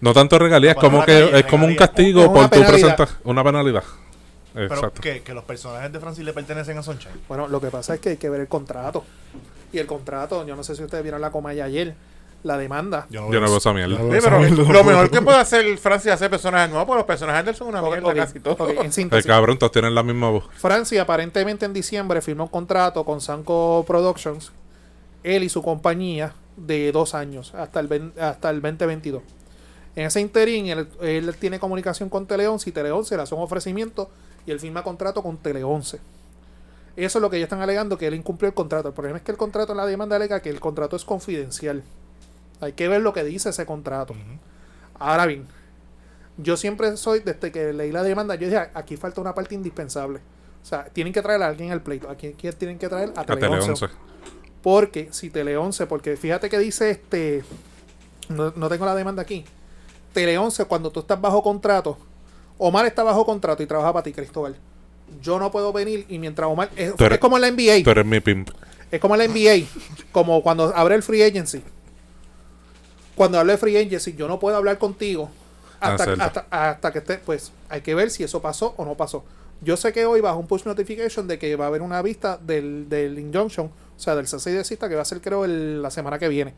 [SPEAKER 3] No tanto regalías,
[SPEAKER 5] No,
[SPEAKER 3] es como
[SPEAKER 5] una
[SPEAKER 3] que
[SPEAKER 5] regalía,
[SPEAKER 3] es como un
[SPEAKER 5] regalía.
[SPEAKER 3] castigo
[SPEAKER 2] Es una
[SPEAKER 3] por tu
[SPEAKER 2] penalidad.
[SPEAKER 3] presentación, una penalidad.
[SPEAKER 5] Pero
[SPEAKER 3] Exacto.
[SPEAKER 5] que, que los personajes de Francis le pertenecen a Sunshine.
[SPEAKER 2] Bueno, lo que pasa es que hay que ver el contrato. Y el contrato, yo no sé si ustedes vieron la coma de ayer, la demanda.
[SPEAKER 5] Yo
[SPEAKER 3] Yo no veo esa mierda.
[SPEAKER 5] no
[SPEAKER 4] Sí,
[SPEAKER 5] veo
[SPEAKER 4] pero
[SPEAKER 5] esa mierda.
[SPEAKER 4] lo mejor que puede hacer Francia es hacer personajes nuevos, porque los personajes de él son una
[SPEAKER 2] Ok,
[SPEAKER 4] mierda
[SPEAKER 2] ok,
[SPEAKER 4] casi todos.
[SPEAKER 2] ok, en
[SPEAKER 3] El
[SPEAKER 2] síntesis.
[SPEAKER 3] cabrón, todos tienen la misma voz.
[SPEAKER 2] Francia aparentemente en diciembre firmó un contrato con Sanco Productions, él y su compañía, de dos años, hasta el, vein- hasta el 2022. En ese interín, él, él tiene comunicación con Tele11 y Tele11 le hace un ofrecimiento y él firma contrato con Tele11. Eso es lo que ellos están alegando, que él incumplió el contrato. El problema es que el contrato en la demanda alega que el contrato es confidencial. Hay que ver lo que dice ese contrato. Ahora bien, yo siempre soy, desde que leí la demanda, yo dije, "Ah, aquí falta una parte indispensable. O sea, tienen que traer a alguien al pleito. Aquí quién tienen que traer a
[SPEAKER 3] A Ah, Tele
[SPEAKER 2] Tele11.
[SPEAKER 3] 11.
[SPEAKER 2] Porque si Tele 11, porque fíjate que dice este. No, no tengo la demanda aquí. Tele 11, cuando tú estás bajo contrato, Omar está bajo contrato y trabaja para ti, Cristóbal. Yo no puedo venir y mientras Omar. Es,
[SPEAKER 3] Tú eres-
[SPEAKER 2] es como en la NBA.
[SPEAKER 3] Tú eres mi pimp.
[SPEAKER 2] Es como la NBA, como cuando abre el free agency. Cuando hablo de free agency, yo no puedo hablar contigo hasta,
[SPEAKER 3] Cancel.
[SPEAKER 2] hasta, hasta que esté. Pues hay que ver si eso pasó o no pasó. Yo sé que hoy bajo un push notification de que va a haber una vista del, del injunction, o sea, del cese y desista que va a ser, creo, el- la semana que viene.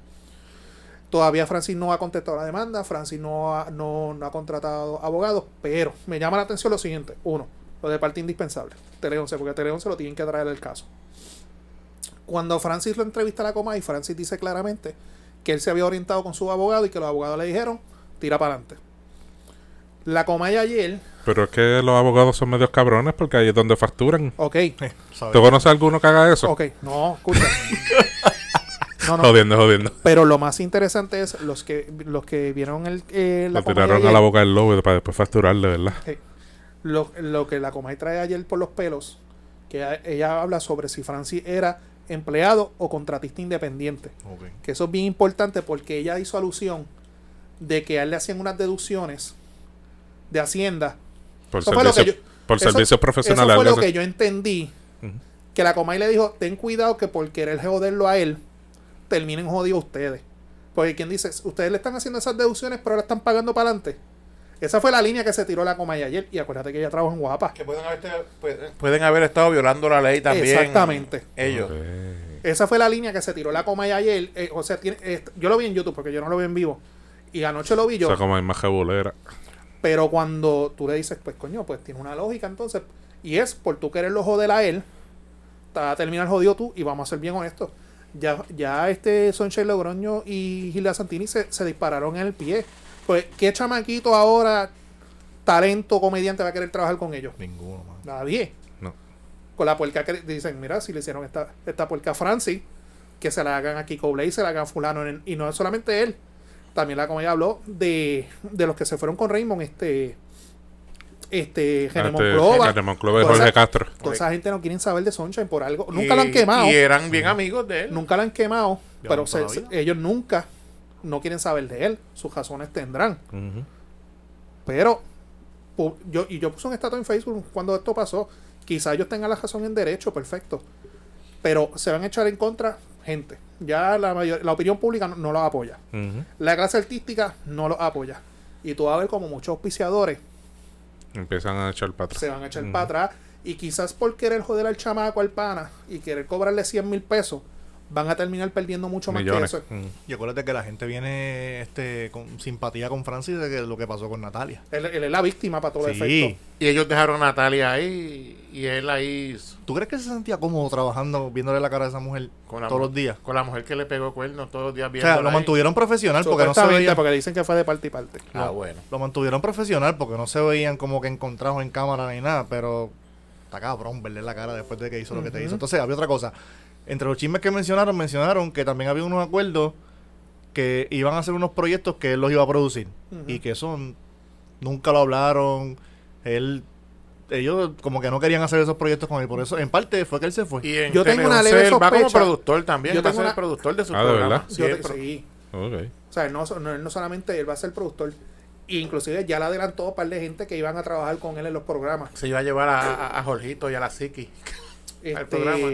[SPEAKER 2] Todavía Francis no ha contestado la demanda, Francis no ha, no, no ha contratado abogados, pero me llama la atención lo siguiente. Uno, lo de parte indispensable, Tele 11, porque Tele 11 lo tienen que traer el caso. Cuando Francis lo entrevista a la coma y Francis dice claramente que él se había orientado con su abogado y que los abogados le dijeron, tira para adelante. La coma y ayer,
[SPEAKER 3] Pero es que los abogados son medios cabrones porque ahí es donde facturan.
[SPEAKER 2] ok,
[SPEAKER 5] ¿Sabes?
[SPEAKER 3] ¿Tú conoces alguno que haga eso?
[SPEAKER 2] ok, no, escucha. No, no,
[SPEAKER 3] Jodiendo, jodiendo.
[SPEAKER 2] Pero lo más interesante es los que los que vieron el, eh, la
[SPEAKER 3] Lo
[SPEAKER 2] Comay
[SPEAKER 3] tiraron a
[SPEAKER 2] ayer,
[SPEAKER 3] la boca del lobo para después facturarle, ¿verdad?
[SPEAKER 2] sí. lo, lo que la Comay trae ayer por los pelos, que a- ella habla sobre si Francis era empleado o contratista independiente.
[SPEAKER 5] Ok.
[SPEAKER 2] Que eso es bien importante porque ella hizo alusión de que a él le hacían unas deducciones de Hacienda.
[SPEAKER 3] Por,
[SPEAKER 2] Eso fue lo que
[SPEAKER 3] servicios, por
[SPEAKER 2] eso-
[SPEAKER 3] servicios profesionales.
[SPEAKER 2] Eso fue lo
[SPEAKER 3] algo
[SPEAKER 2] que
[SPEAKER 3] así.
[SPEAKER 2] yo entendí.
[SPEAKER 3] Ujú.
[SPEAKER 2] Que la Comay le dijo, ten cuidado que por querer joderlo a él, terminen jodidos ustedes. Porque quien dice, ustedes le están haciendo esas deducciones, pero la están pagando para adelante. Esa fue la línea que se tiró la Comay ayer. Y acuérdate que ella trabaja en Guapa.
[SPEAKER 4] Que pueden haber, pueden- pueden haber estado violando la ley también.
[SPEAKER 2] Exactamente.
[SPEAKER 4] Ellos.
[SPEAKER 2] Esa fue la línea que se tiró la Comay ayer. Eh, o sea, tiene- eh, yo lo vi en YouTube porque yo no lo vi en vivo. Y anoche lo vi
[SPEAKER 3] O
[SPEAKER 2] yo.
[SPEAKER 3] sea, como hay más jebulera.
[SPEAKER 2] Pero cuando tú le dices, pues coño, pues tiene una lógica entonces. Y es por tú quererlo joder a él, te va a terminar jodido tú y vamos a ser bien honestos. Ya, ya este Sonche Logroño y Gilda Santini se, se dispararon en el pie. Pues, ¿qué chamaquito ahora, talento, comediante, va a querer trabajar con ellos?
[SPEAKER 5] Ninguno, mano.
[SPEAKER 2] Nadie.
[SPEAKER 3] No.
[SPEAKER 2] Con la puerca que dicen, mira, si le hicieron esta, esta puerca a Francis, que se la hagan a Kiko Blade, se la hagan a fulano. en- y no es solamente él. También la comedia habló de, de los que se fueron con Raymond, este... Este, Gene Monclova.
[SPEAKER 3] René Monclova y
[SPEAKER 2] Toda esa-
[SPEAKER 3] Jorge Castro.
[SPEAKER 2] Toda esa gente no quieren saber de Sunshine por algo.
[SPEAKER 4] Y-
[SPEAKER 2] Nunca la han quemado.
[SPEAKER 4] Y eran bien amigos de él.
[SPEAKER 2] Nunca la han quemado.
[SPEAKER 5] Ya
[SPEAKER 2] pero
[SPEAKER 5] van
[SPEAKER 2] se-
[SPEAKER 5] para la
[SPEAKER 2] se-
[SPEAKER 5] vida.
[SPEAKER 2] ellos nunca no quieren saber de él. Sus razones tendrán.
[SPEAKER 3] Ujú.
[SPEAKER 2] Pero pu- yo y yo puse un estatus en Facebook cuando esto pasó. Quizá ellos tengan la razón en derecho, perfecto. Pero se van a echar en contra gente. Ya la mayor- la opinión pública no, no los apoya.
[SPEAKER 3] Ujú.
[SPEAKER 2] La clase artística no los apoya. Y tú vas a ver como muchos auspiciadores
[SPEAKER 3] Empiezan a echar para atrás.
[SPEAKER 2] se van a echar
[SPEAKER 3] Ujú.
[SPEAKER 2] para atrás. Y quizás por querer joder al chamaco, al pana, y querer cobrarle 100 mil pesos, van a terminar perdiendo mucho más
[SPEAKER 3] Millones.
[SPEAKER 2] que eso.
[SPEAKER 3] Ujú.
[SPEAKER 5] Y acuérdate que la gente viene este, con simpatía con Francis de que lo que pasó con Natalia.
[SPEAKER 2] Él, él es la víctima para todo efecto.
[SPEAKER 4] Y ellos dejaron a Natalia ahí y él ahí s-
[SPEAKER 5] ¿Tú crees que se sentía cómodo trabajando, viéndole la cara a esa mujer
[SPEAKER 4] Con la
[SPEAKER 5] todos
[SPEAKER 4] mu-
[SPEAKER 5] los días?
[SPEAKER 4] con la mujer que le pegó cuerno todos los días
[SPEAKER 5] O
[SPEAKER 4] viendo.
[SPEAKER 5] sea, lo mantuvieron profesional porque no se
[SPEAKER 2] Supuestamente,
[SPEAKER 5] veía.
[SPEAKER 2] porque dicen que fue de parte y parte.
[SPEAKER 4] Ah, bueno.
[SPEAKER 5] Lo mantuvieron profesional porque no se veían como que encontrados en cámara ni nada, pero está cabrón verle la cara después de que hizo lo que te hizo. Entonces, había otra cosa. Entre los chismes que mencionaron, mencionaron que también había unos acuerdos que iban a hacer unos proyectos que él los iba a producir
[SPEAKER 2] Ujú.
[SPEAKER 5] y que eso n- nunca lo hablaron. Él, ellos como que no querían hacer esos proyectos con él, por eso en parte fue que él se fue.
[SPEAKER 4] Y en
[SPEAKER 2] Pues, Yo tengo una
[SPEAKER 4] Tele 11
[SPEAKER 2] leve
[SPEAKER 4] él va como
[SPEAKER 2] sospecha.
[SPEAKER 4] productor también.
[SPEAKER 2] Yo
[SPEAKER 4] va a
[SPEAKER 2] tengo
[SPEAKER 4] ser
[SPEAKER 2] una-
[SPEAKER 4] el productor de su
[SPEAKER 3] Ah, ¿de
[SPEAKER 4] programa.
[SPEAKER 3] verdad?
[SPEAKER 2] Yo te-
[SPEAKER 4] Siempre.
[SPEAKER 2] sí.
[SPEAKER 3] Ok.
[SPEAKER 2] O sea, él no, so- no, él no solamente él va a ser productor. Inclusive ya le adelantó un par de gente que iban a trabajar con él en los programas.
[SPEAKER 4] Se iba a llevar a, a, a Jorgito y a la Siki.
[SPEAKER 2] Este,
[SPEAKER 4] programa.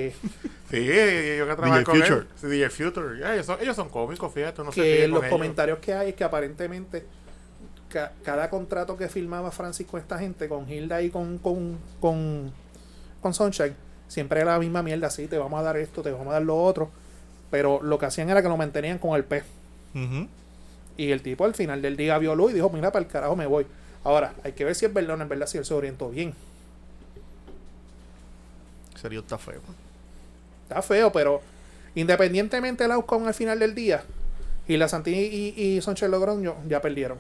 [SPEAKER 4] Sí, ellos que trabajan con
[SPEAKER 5] Future.
[SPEAKER 4] él. Sí, DJ Future. Ya, Ellos son, ellos son cómicos, fíjate. No se
[SPEAKER 2] que
[SPEAKER 4] ríe
[SPEAKER 2] los
[SPEAKER 4] con ellos.
[SPEAKER 2] comentarios que hay es que aparentemente ca- cada contrato que firmaba Francis con esta gente, con Hilda y con, con, con, con Sunshine, siempre era la misma mierda, sí, te vamos a dar esto, te vamos a dar lo otro. Pero lo que hacían era que lo mantenían con el pez.
[SPEAKER 5] Ujú.
[SPEAKER 2] Y el tipo al final del día vio luz y dijo, mira, para el carajo me voy. Ahora, hay que ver si es verdad o no es verdad, si él se orientó bien.
[SPEAKER 5] Serio, está feo.
[SPEAKER 2] Está feo, pero independientemente del outcome al final del día, y la Santini y, y Sunshine Logroño ya perdieron.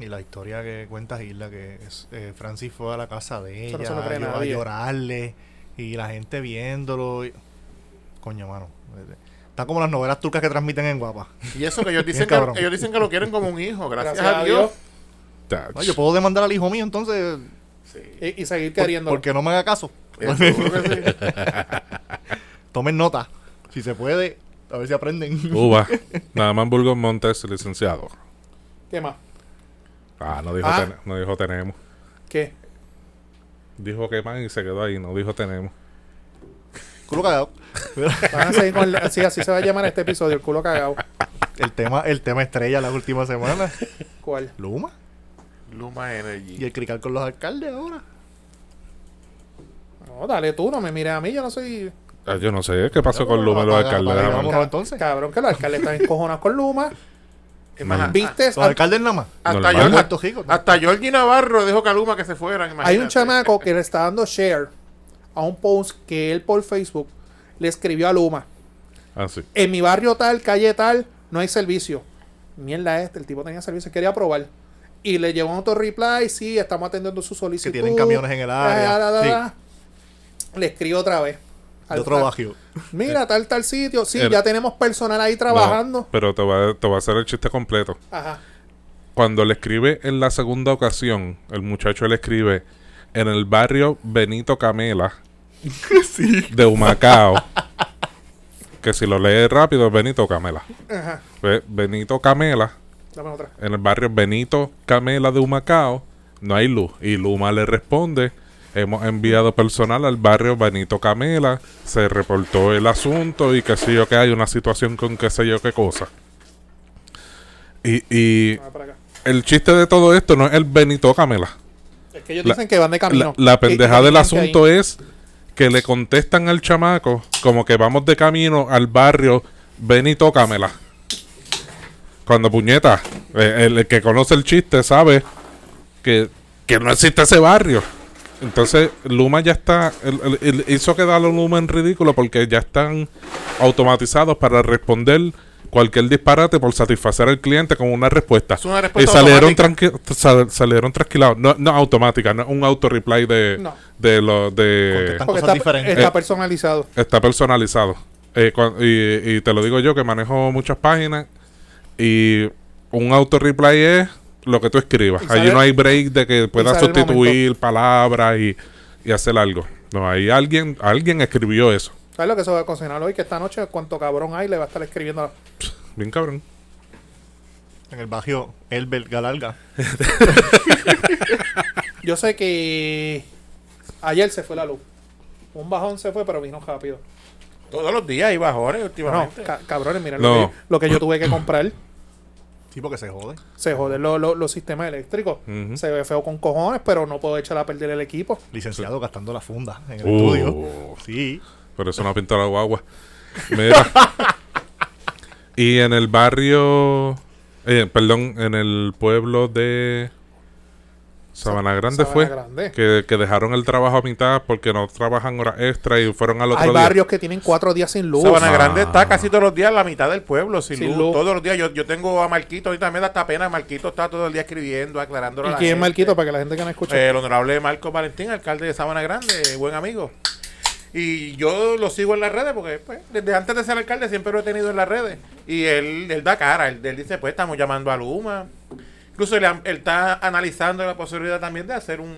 [SPEAKER 5] Y la historia que cuenta Isla, que es, eh, Francis fue a la casa de
[SPEAKER 2] Eso
[SPEAKER 5] ella
[SPEAKER 2] no se lo cree
[SPEAKER 5] a llo- a
[SPEAKER 2] nadie.
[SPEAKER 5] llorarle y la gente viéndolo. y- Coño, mano. eh, Está como las novelas turcas que transmiten en Guapa.
[SPEAKER 4] Y eso que ellos dicen,
[SPEAKER 5] Bien
[SPEAKER 4] que,
[SPEAKER 5] cabrón.
[SPEAKER 4] ellos dicen que lo quieren como un hijo. Gracias, a Dios.
[SPEAKER 3] Tach.
[SPEAKER 5] No, yo puedo demandar al hijo mío, entonces. eh,
[SPEAKER 4] Sí.
[SPEAKER 2] Y, y seguir
[SPEAKER 5] por-
[SPEAKER 2] queriendo.
[SPEAKER 5] porque no me haga caso.
[SPEAKER 4] Seguro que sí.
[SPEAKER 5] Tomen nota. Si se puede, a ver si aprenden.
[SPEAKER 3] Uva. Nada más Burgos Montes, licenciado.
[SPEAKER 2] ¿Qué más?
[SPEAKER 3] Ah, no dijo,
[SPEAKER 2] Ah.
[SPEAKER 3] ten- no dijo tenemos.
[SPEAKER 2] ¿Qué?
[SPEAKER 3] Dijo que más y se quedó ahí. No dijo tenemos.
[SPEAKER 5] Culo cagado.
[SPEAKER 2] Van a seguir con la- sí, así se va a llamar este episodio, el culo cagado.
[SPEAKER 5] El tema, el tema estrella las últimas semanas.
[SPEAKER 2] ¿Cuál?
[SPEAKER 5] Luma.
[SPEAKER 4] Luma
[SPEAKER 5] Y
[SPEAKER 4] Energy.
[SPEAKER 5] el crical con los alcaldes ahora.
[SPEAKER 2] No, dale tú, no me mires a mí, yo no soy.
[SPEAKER 3] Ah, yo no sé qué pasó con Luma y los
[SPEAKER 5] Apaga-
[SPEAKER 3] alcaldes.
[SPEAKER 5] apaga-
[SPEAKER 3] Déjame-
[SPEAKER 5] Vámonos entonces.
[SPEAKER 2] Cabrón, que los alcaldes están encojonados con Luma.
[SPEAKER 4] Es más,
[SPEAKER 3] Imagínate.
[SPEAKER 4] hasta-
[SPEAKER 2] ¿Viste?
[SPEAKER 5] Los alcaldes nada más.
[SPEAKER 4] Hasta,
[SPEAKER 3] Normal.
[SPEAKER 4] yo,
[SPEAKER 5] Puerto Rico.
[SPEAKER 4] hasta Georgie Navarro dijo que a Luma que se
[SPEAKER 2] Hay
[SPEAKER 4] fueran.
[SPEAKER 2] un
[SPEAKER 4] imagínate.
[SPEAKER 2] chamaco que le está dando share a un post que él por Facebook le escribió a Luma.
[SPEAKER 3] Ah, sí.
[SPEAKER 2] En mi barrio tal, calle tal, no hay servicio. Mierda este, el tipo tenía servicio, quería probar. Y le llegó otro reply, sí, estamos atendiendo su solicitud.
[SPEAKER 5] tienen camiones en el área,
[SPEAKER 2] Ah, da, da,
[SPEAKER 5] sí.
[SPEAKER 2] da. Le escribió otra vez.
[SPEAKER 5] De
[SPEAKER 2] Al-
[SPEAKER 5] otro barrio.
[SPEAKER 2] Mira, tal, tal sitio. Sí,
[SPEAKER 3] Era-
[SPEAKER 2] ya tenemos personal ahí
[SPEAKER 3] No,
[SPEAKER 2] trabajando.
[SPEAKER 3] pero te va, te va a hacer el chiste completo.
[SPEAKER 2] Ajá.
[SPEAKER 3] Cuando le escribe en la segunda ocasión, el muchacho le escribe en el barrio Benito Camela de Humacao. que si lo lees rápido es Benito Camela.
[SPEAKER 2] Ajá.
[SPEAKER 3] Ve, Benito Camela,
[SPEAKER 2] Dame otra.
[SPEAKER 3] en el barrio Benito Camela de Humacao, no hay luz. Y Luma le responde, hemos enviado personal al barrio Benito Camela, se reportó el asunto y qué sé yo que hay una situación con qué sé yo qué cosa. Y, y
[SPEAKER 2] Dame para acá.
[SPEAKER 3] el chiste de todo esto no es el Benito Camela.
[SPEAKER 2] Es que ellos
[SPEAKER 3] La-
[SPEAKER 2] dicen que van de
[SPEAKER 3] La,
[SPEAKER 2] camino.
[SPEAKER 3] la
[SPEAKER 2] Que-
[SPEAKER 3] pendejada
[SPEAKER 2] que
[SPEAKER 3] del
[SPEAKER 2] dicen que
[SPEAKER 3] asunto
[SPEAKER 2] ahí-
[SPEAKER 3] es que le contestan al chamaco como que vamos de camino al barrio, ven y tócamela. Cuando puñeta, eh, el, que conoce el chiste sabe que, que no existe ese barrio. Entonces Luma ya está, el- el- el- hizo quedar a Luma en ridículo porque ya están automatizados para responder cualquier disparate por satisfacer al cliente con una respuesta.
[SPEAKER 4] Es una respuesta
[SPEAKER 3] y salieron, tranqui- pues, sal- salieron trasquilados. No, no automática, no un auto reply de,
[SPEAKER 2] No.
[SPEAKER 3] de lo de
[SPEAKER 5] Contestan.
[SPEAKER 2] Porque
[SPEAKER 5] Cosas
[SPEAKER 2] está,
[SPEAKER 5] diferentes.
[SPEAKER 2] está
[SPEAKER 3] Eh.
[SPEAKER 2] personalizado.
[SPEAKER 3] está personalizado. Eh, cua- y, y te lo digo yo que manejo muchas páginas y un auto reply es lo que tú escribas.
[SPEAKER 2] Y
[SPEAKER 3] Allí
[SPEAKER 2] sale-
[SPEAKER 3] no hay break de que puedas
[SPEAKER 2] sale el
[SPEAKER 3] sustituir palabras y, y hacer algo. No, ahí alguien, alguien escribió eso.
[SPEAKER 2] ¿Sabes lo que se va a cocinar hoy? Que esta noche, cuanto cabrón hay, le va a estar escribiendo. a-
[SPEAKER 3] Bien cabrón.
[SPEAKER 5] En el barrio Elbert Galarga.
[SPEAKER 2] Yo sé que ayer se fue la luz. Un bajón se fue, pero vino rápido.
[SPEAKER 4] Todos los días hay bajones
[SPEAKER 2] No,
[SPEAKER 4] últimamente.
[SPEAKER 2] ca- cabrones, miren
[SPEAKER 3] No.
[SPEAKER 2] Lo, que yo, lo que yo tuve que comprar.
[SPEAKER 5] Sí, porque se jode.
[SPEAKER 2] Se joden lo- lo- los sistemas eléctricos.
[SPEAKER 3] Ujú.
[SPEAKER 2] Se ve feo con cojones, pero no puedo echar a perder el equipo.
[SPEAKER 5] Licenciado gastando la funda en el
[SPEAKER 3] Uh.
[SPEAKER 5] estudio. Sí.
[SPEAKER 3] Pero eso no ha pintado la guagua. Mira. y en el barrio. eh, perdón, en el pueblo de. Sabana Grande
[SPEAKER 2] Sabana
[SPEAKER 3] fue.
[SPEAKER 2] Grande.
[SPEAKER 3] Que, que dejaron el trabajo a mitad porque no trabajan horas extra y fueron al otro
[SPEAKER 2] Hay
[SPEAKER 3] día.
[SPEAKER 2] barrios que tienen cuatro días sin luz.
[SPEAKER 4] Sabana
[SPEAKER 3] Ah.
[SPEAKER 4] Grande está casi todos los días la mitad del pueblo, sin,
[SPEAKER 2] Sin
[SPEAKER 4] luz,
[SPEAKER 2] luz.
[SPEAKER 4] Todos los días. Yo, yo tengo a Marquito, ahorita me da hasta pena. Marquito está todo el día escribiendo, aclarando
[SPEAKER 2] ¿Y quién es Marquito? Para que la gente que no escucha.
[SPEAKER 5] Eh,
[SPEAKER 4] Eh, El honorable Marcos Valentín, alcalde de Sabana Grande, buen amigo. Y yo lo sigo en las redes porque pues, desde antes de ser alcalde siempre lo he tenido en las redes. Y él, él da cara, él, él dice, pues estamos llamando a Luma. Incluso él, él está analizando la posibilidad también de hacer un,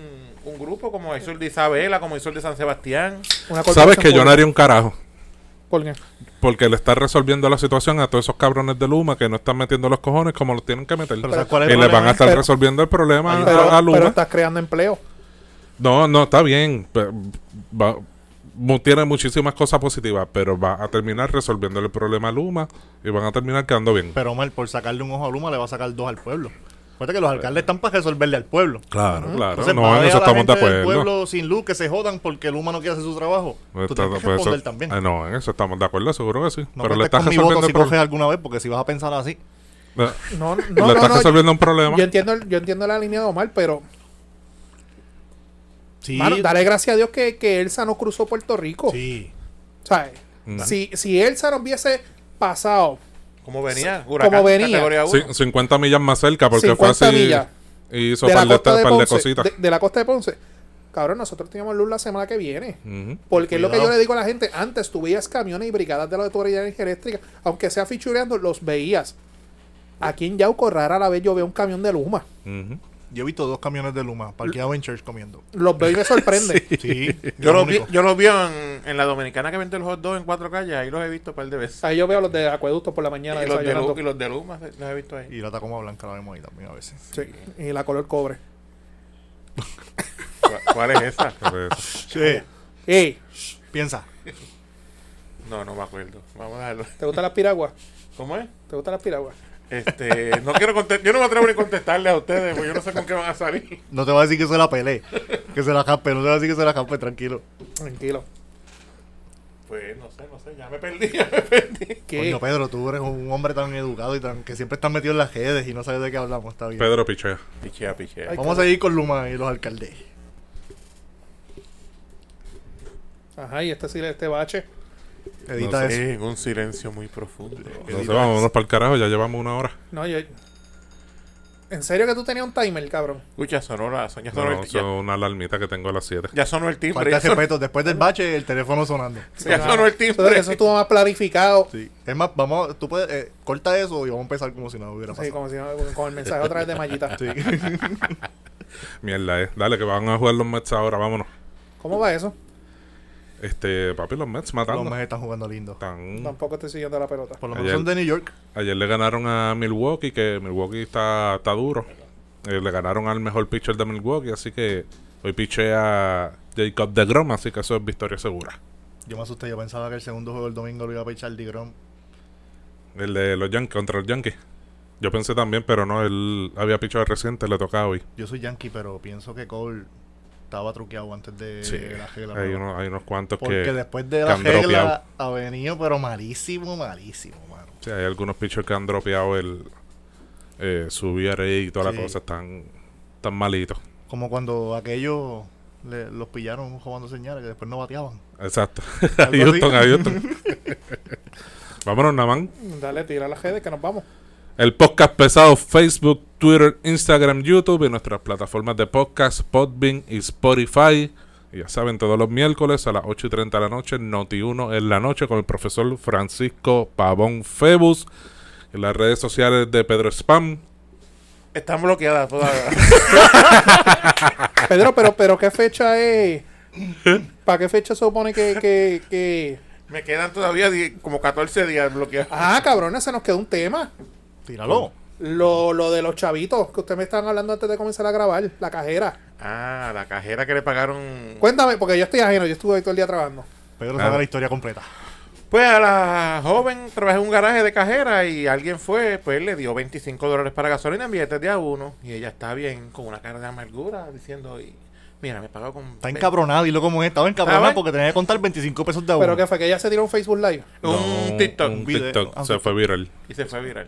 [SPEAKER 4] un grupo como hizo el de Isabela, como hizo el de San Sebastián.
[SPEAKER 2] Una
[SPEAKER 3] Sabes
[SPEAKER 2] corporación
[SPEAKER 3] que yo no
[SPEAKER 2] pública.
[SPEAKER 3] haría un carajo.
[SPEAKER 2] ¿Por qué?
[SPEAKER 3] Porque le está resolviendo la situación a todos esos cabrones de Luma que no están metiendo los cojones como los tienen que meter.
[SPEAKER 5] Pero ¿sabes cuál es
[SPEAKER 3] y
[SPEAKER 5] el
[SPEAKER 3] le van
[SPEAKER 5] problema?
[SPEAKER 3] a estar
[SPEAKER 2] Pero-
[SPEAKER 3] resolviendo el problema a-
[SPEAKER 2] Pero,
[SPEAKER 3] a Luma.
[SPEAKER 2] pero estás creando empleo.
[SPEAKER 3] No, no, está bien. pe- va- mu- tiene muchísimas cosas positivas, pero va a terminar resolviendo el problema a Luma y van a terminar quedando bien.
[SPEAKER 5] Pero Omar, por sacarle un ojo a Luma, le va a sacar dos al pueblo. Acuérdate que los alcaldes están para resolverle al pueblo.
[SPEAKER 3] Claro, claro.
[SPEAKER 5] Entonces,
[SPEAKER 3] no,
[SPEAKER 5] para
[SPEAKER 3] en
[SPEAKER 5] dejar
[SPEAKER 3] eso
[SPEAKER 5] a la
[SPEAKER 3] estamos de
[SPEAKER 5] gente del
[SPEAKER 3] acuerdo.
[SPEAKER 5] pueblo sin luz, que se jodan porque Luma no quiere hacer su trabajo. Tú
[SPEAKER 3] Está-
[SPEAKER 5] tienes que
[SPEAKER 3] pues,
[SPEAKER 5] responder
[SPEAKER 3] eso-
[SPEAKER 5] también.
[SPEAKER 3] eh, no, en eso estamos de acuerdo, seguro que sí. pero
[SPEAKER 5] No
[SPEAKER 3] le
[SPEAKER 5] cuentes
[SPEAKER 3] estás
[SPEAKER 5] con mi voto
[SPEAKER 3] resolviendo,
[SPEAKER 5] si
[SPEAKER 3] el pro-
[SPEAKER 5] coges alguna vez, porque si vas a pensar así,
[SPEAKER 3] eh,
[SPEAKER 2] No, no,
[SPEAKER 3] le
[SPEAKER 2] no.
[SPEAKER 3] estás
[SPEAKER 2] no, yo-
[SPEAKER 3] resolviendo un problema.
[SPEAKER 2] Yo entiendo, yo entiendo la línea de Omar, pero
[SPEAKER 5] sí,
[SPEAKER 2] mano, dale gracias a Dios que, que Elsa no cruzó Puerto Rico.
[SPEAKER 5] sí.
[SPEAKER 2] ¿Sabes?
[SPEAKER 3] Mm.
[SPEAKER 2] Si, si Elsa no hubiese pasado
[SPEAKER 4] Como venía, huracán,
[SPEAKER 2] como venía.
[SPEAKER 4] categoría
[SPEAKER 3] Sí,
[SPEAKER 4] uno.
[SPEAKER 3] 50 millas más cerca, porque fue
[SPEAKER 2] 50
[SPEAKER 3] así.
[SPEAKER 2] millas
[SPEAKER 3] Y hizo
[SPEAKER 2] de
[SPEAKER 3] par
[SPEAKER 2] la,
[SPEAKER 3] de,
[SPEAKER 2] costa de,
[SPEAKER 3] par de
[SPEAKER 2] Ponce,
[SPEAKER 3] cositas.
[SPEAKER 2] de- de la costa de Ponce, cabrón, nosotros teníamos luz la semana que viene.
[SPEAKER 3] Ujú.
[SPEAKER 2] Porque es lo que yo
[SPEAKER 5] Cuidado.
[SPEAKER 2] le digo a la gente. Antes tú veías camiones y brigadas de la autoridad de energía eléctrica, aunque sea fichureando, los veías. Aquí en Yauco, rara la vez yo veo un camión de Luma.
[SPEAKER 3] Ujú.
[SPEAKER 5] Yo he visto dos camiones de Luma parqueados en Church comiendo.
[SPEAKER 2] Los veo y me sorprende.
[SPEAKER 5] Sí,
[SPEAKER 4] Yo
[SPEAKER 5] lo
[SPEAKER 4] los vi,
[SPEAKER 5] único.
[SPEAKER 4] yo los vi en, en la dominicana que vende el hot dog en cuatro calles, ahí los he visto un par de veces.
[SPEAKER 2] Ahí yo veo los de acueductos por la mañana
[SPEAKER 4] Y los, de
[SPEAKER 2] desayunando.
[SPEAKER 4] Lu- y los de Luma los he visto ahí.
[SPEAKER 5] Y la Tacoma Blanca la vemos ahí también a veces.
[SPEAKER 2] Sí, y la color cobre.
[SPEAKER 4] ¿Cuál- ¿Cuál es esa?
[SPEAKER 2] Ah,
[SPEAKER 3] Pero eso.
[SPEAKER 5] Sí.
[SPEAKER 2] Ey,
[SPEAKER 5] Piensa.
[SPEAKER 4] No, no me acuerdo. Vamos a dejarlo.
[SPEAKER 2] ¿te gustan las piraguas?
[SPEAKER 4] ¿Cómo es?
[SPEAKER 2] ¿Te gustan las piraguas?
[SPEAKER 4] Este, no quiero contestar, yo no me atrevo ni a contestarle a ustedes, porque yo no sé con qué van a salir.
[SPEAKER 5] No te va a decir que se la pele. Que se la campe. No te va a decir que se la campe, tranquilo.
[SPEAKER 2] Tranquilo.
[SPEAKER 4] Pues no sé, no sé, ya me perdí, ya me perdí.
[SPEAKER 2] ¿Qué?
[SPEAKER 5] Coño, Pedro, tú eres un hombre tan educado y tan que siempre estás metido en las redes y no sabes de qué hablamos. Está bien.
[SPEAKER 3] Pedro Pichea.
[SPEAKER 4] Pichea, pichea.
[SPEAKER 2] Ay,
[SPEAKER 5] Vamos a seguir con Luma y los alcaldes.
[SPEAKER 2] Ajá, y este sí, este bache.
[SPEAKER 5] Edita
[SPEAKER 3] No
[SPEAKER 5] eso.
[SPEAKER 4] Sí, un silencio muy profundo.
[SPEAKER 3] Entonces vámonos para el carajo, ya llevamos una hora.
[SPEAKER 2] No, yo. ¿En serio que tú tenías un timer, cabrón?
[SPEAKER 4] Escucha, sonó la, ya
[SPEAKER 3] No,
[SPEAKER 4] sonó
[SPEAKER 3] no,
[SPEAKER 4] el,
[SPEAKER 3] eso es
[SPEAKER 4] ya,
[SPEAKER 3] una alarmita que tengo a las 7.
[SPEAKER 4] ya sonó el timbre.
[SPEAKER 5] Falta
[SPEAKER 4] Ya
[SPEAKER 5] de
[SPEAKER 4] sonó,
[SPEAKER 5] respeto. Después del bache, el teléfono sonando.
[SPEAKER 4] ya sonó el
[SPEAKER 2] Eso,
[SPEAKER 4] timbre.
[SPEAKER 2] eso estuvo más planificado.
[SPEAKER 5] Sí. Es más, vamos, tú puedes, eh, corta eso y vamos a empezar como si no hubiera
[SPEAKER 2] Sí,
[SPEAKER 5] pasado.
[SPEAKER 2] como si no, con el mensaje otra vez de Mallita.
[SPEAKER 5] Sí.
[SPEAKER 3] Mierda, eh. Dale, que van a jugar los Mets ahora, vámonos.
[SPEAKER 2] ¿Cómo va eso?
[SPEAKER 3] Este, papi, los Mets matando.
[SPEAKER 5] los Mets están jugando lindo.
[SPEAKER 3] Están-
[SPEAKER 2] Tampoco estoy siguiendo la pelota.
[SPEAKER 5] Mm. Por lo menos
[SPEAKER 3] Ayer-
[SPEAKER 5] son de New York.
[SPEAKER 3] Ayer le ganaron a Milwaukee, que Milwaukee está, está duro. Eh, le ganaron al mejor pitcher de Milwaukee, así que hoy piché a Jacob de Grom, así que eso es victoria segura.
[SPEAKER 5] Yo me asusté. Yo pensaba que el segundo juego del domingo lo iba a pichar Digrom.
[SPEAKER 3] El de los Yankees contra los Yankees. Yo pensé también, pero no, él había pichado reciente, le tocaba hoy.
[SPEAKER 5] Yo soy yankee, pero pienso que Cole estaba truqueado antes de
[SPEAKER 3] Sí,
[SPEAKER 5] la regla.
[SPEAKER 3] hay,
[SPEAKER 5] pero-
[SPEAKER 3] unos, hay unos cuantos
[SPEAKER 5] porque
[SPEAKER 3] que...
[SPEAKER 5] después de
[SPEAKER 3] que
[SPEAKER 5] la
[SPEAKER 3] han dropeado.
[SPEAKER 5] regla ha venido, pero malísimo, malísimo, mano.
[SPEAKER 3] sí, hay algunos pitchers que han dropeado el... Eh, su ERA y toda
[SPEAKER 5] Sí.
[SPEAKER 3] la cosa, están, están malitos.
[SPEAKER 5] Como cuando aquellos le- los pillaron jugando señales que después no bateaban.
[SPEAKER 3] Exacto. a
[SPEAKER 5] Algo
[SPEAKER 3] Houston,
[SPEAKER 5] así.
[SPEAKER 3] a Houston. Vámonos, Namán.
[SPEAKER 2] Dale, tira las redes que nos vamos.
[SPEAKER 3] El podcast pesado, Facebook, Twitter, Instagram, YouTube y nuestras plataformas de podcast, Podbean y Spotify. Y ya saben, todos los miércoles a las 8 y 30 de la noche, Noti1 en la noche con el profesor Francisco Pavón Febus. En las redes sociales de Pedro Spam.
[SPEAKER 4] Están bloqueadas todas.
[SPEAKER 2] Pedro, pero, pero ¿qué fecha es? ¿Para qué fecha se supone que, que, que,
[SPEAKER 4] Me quedan todavía die- como 14 días bloqueados.
[SPEAKER 2] Ah, cabrona, se nos quedó un tema.
[SPEAKER 5] Tíralo.
[SPEAKER 2] Lo, lo de los chavitos que ustedes me estaban hablando antes de comenzar a grabar, la cajera.
[SPEAKER 4] Ah, la cajera que le pagaron.
[SPEAKER 2] Cuéntame, porque yo estoy ajeno, yo estuve ahí todo el día trabajando.
[SPEAKER 5] Pedro
[SPEAKER 3] Ah.
[SPEAKER 5] sabe la historia completa.
[SPEAKER 4] Pues a la joven trabajé en un garaje de cajera y alguien fue, pues le dio 25 dólares para gasolina en billetes de a uno. Y ella está bien, con una cara de amargura, diciendo, y, mira, me pagó con...
[SPEAKER 5] Está
[SPEAKER 4] ve- Ah,
[SPEAKER 5] encabronado, dilo como es. Estaba encabronado
[SPEAKER 4] ¿Sabes?
[SPEAKER 5] porque tenía que contar 25 pesos de a
[SPEAKER 2] Pero
[SPEAKER 5] uno.
[SPEAKER 2] que fue que ella se tiró un Facebook Live.
[SPEAKER 4] Un
[SPEAKER 3] No,
[SPEAKER 4] TikTok.
[SPEAKER 3] Un
[SPEAKER 5] video.
[SPEAKER 3] TikTok.
[SPEAKER 5] Ah,
[SPEAKER 3] Se
[SPEAKER 5] sí.
[SPEAKER 3] fue viral.
[SPEAKER 4] Y se fue viral.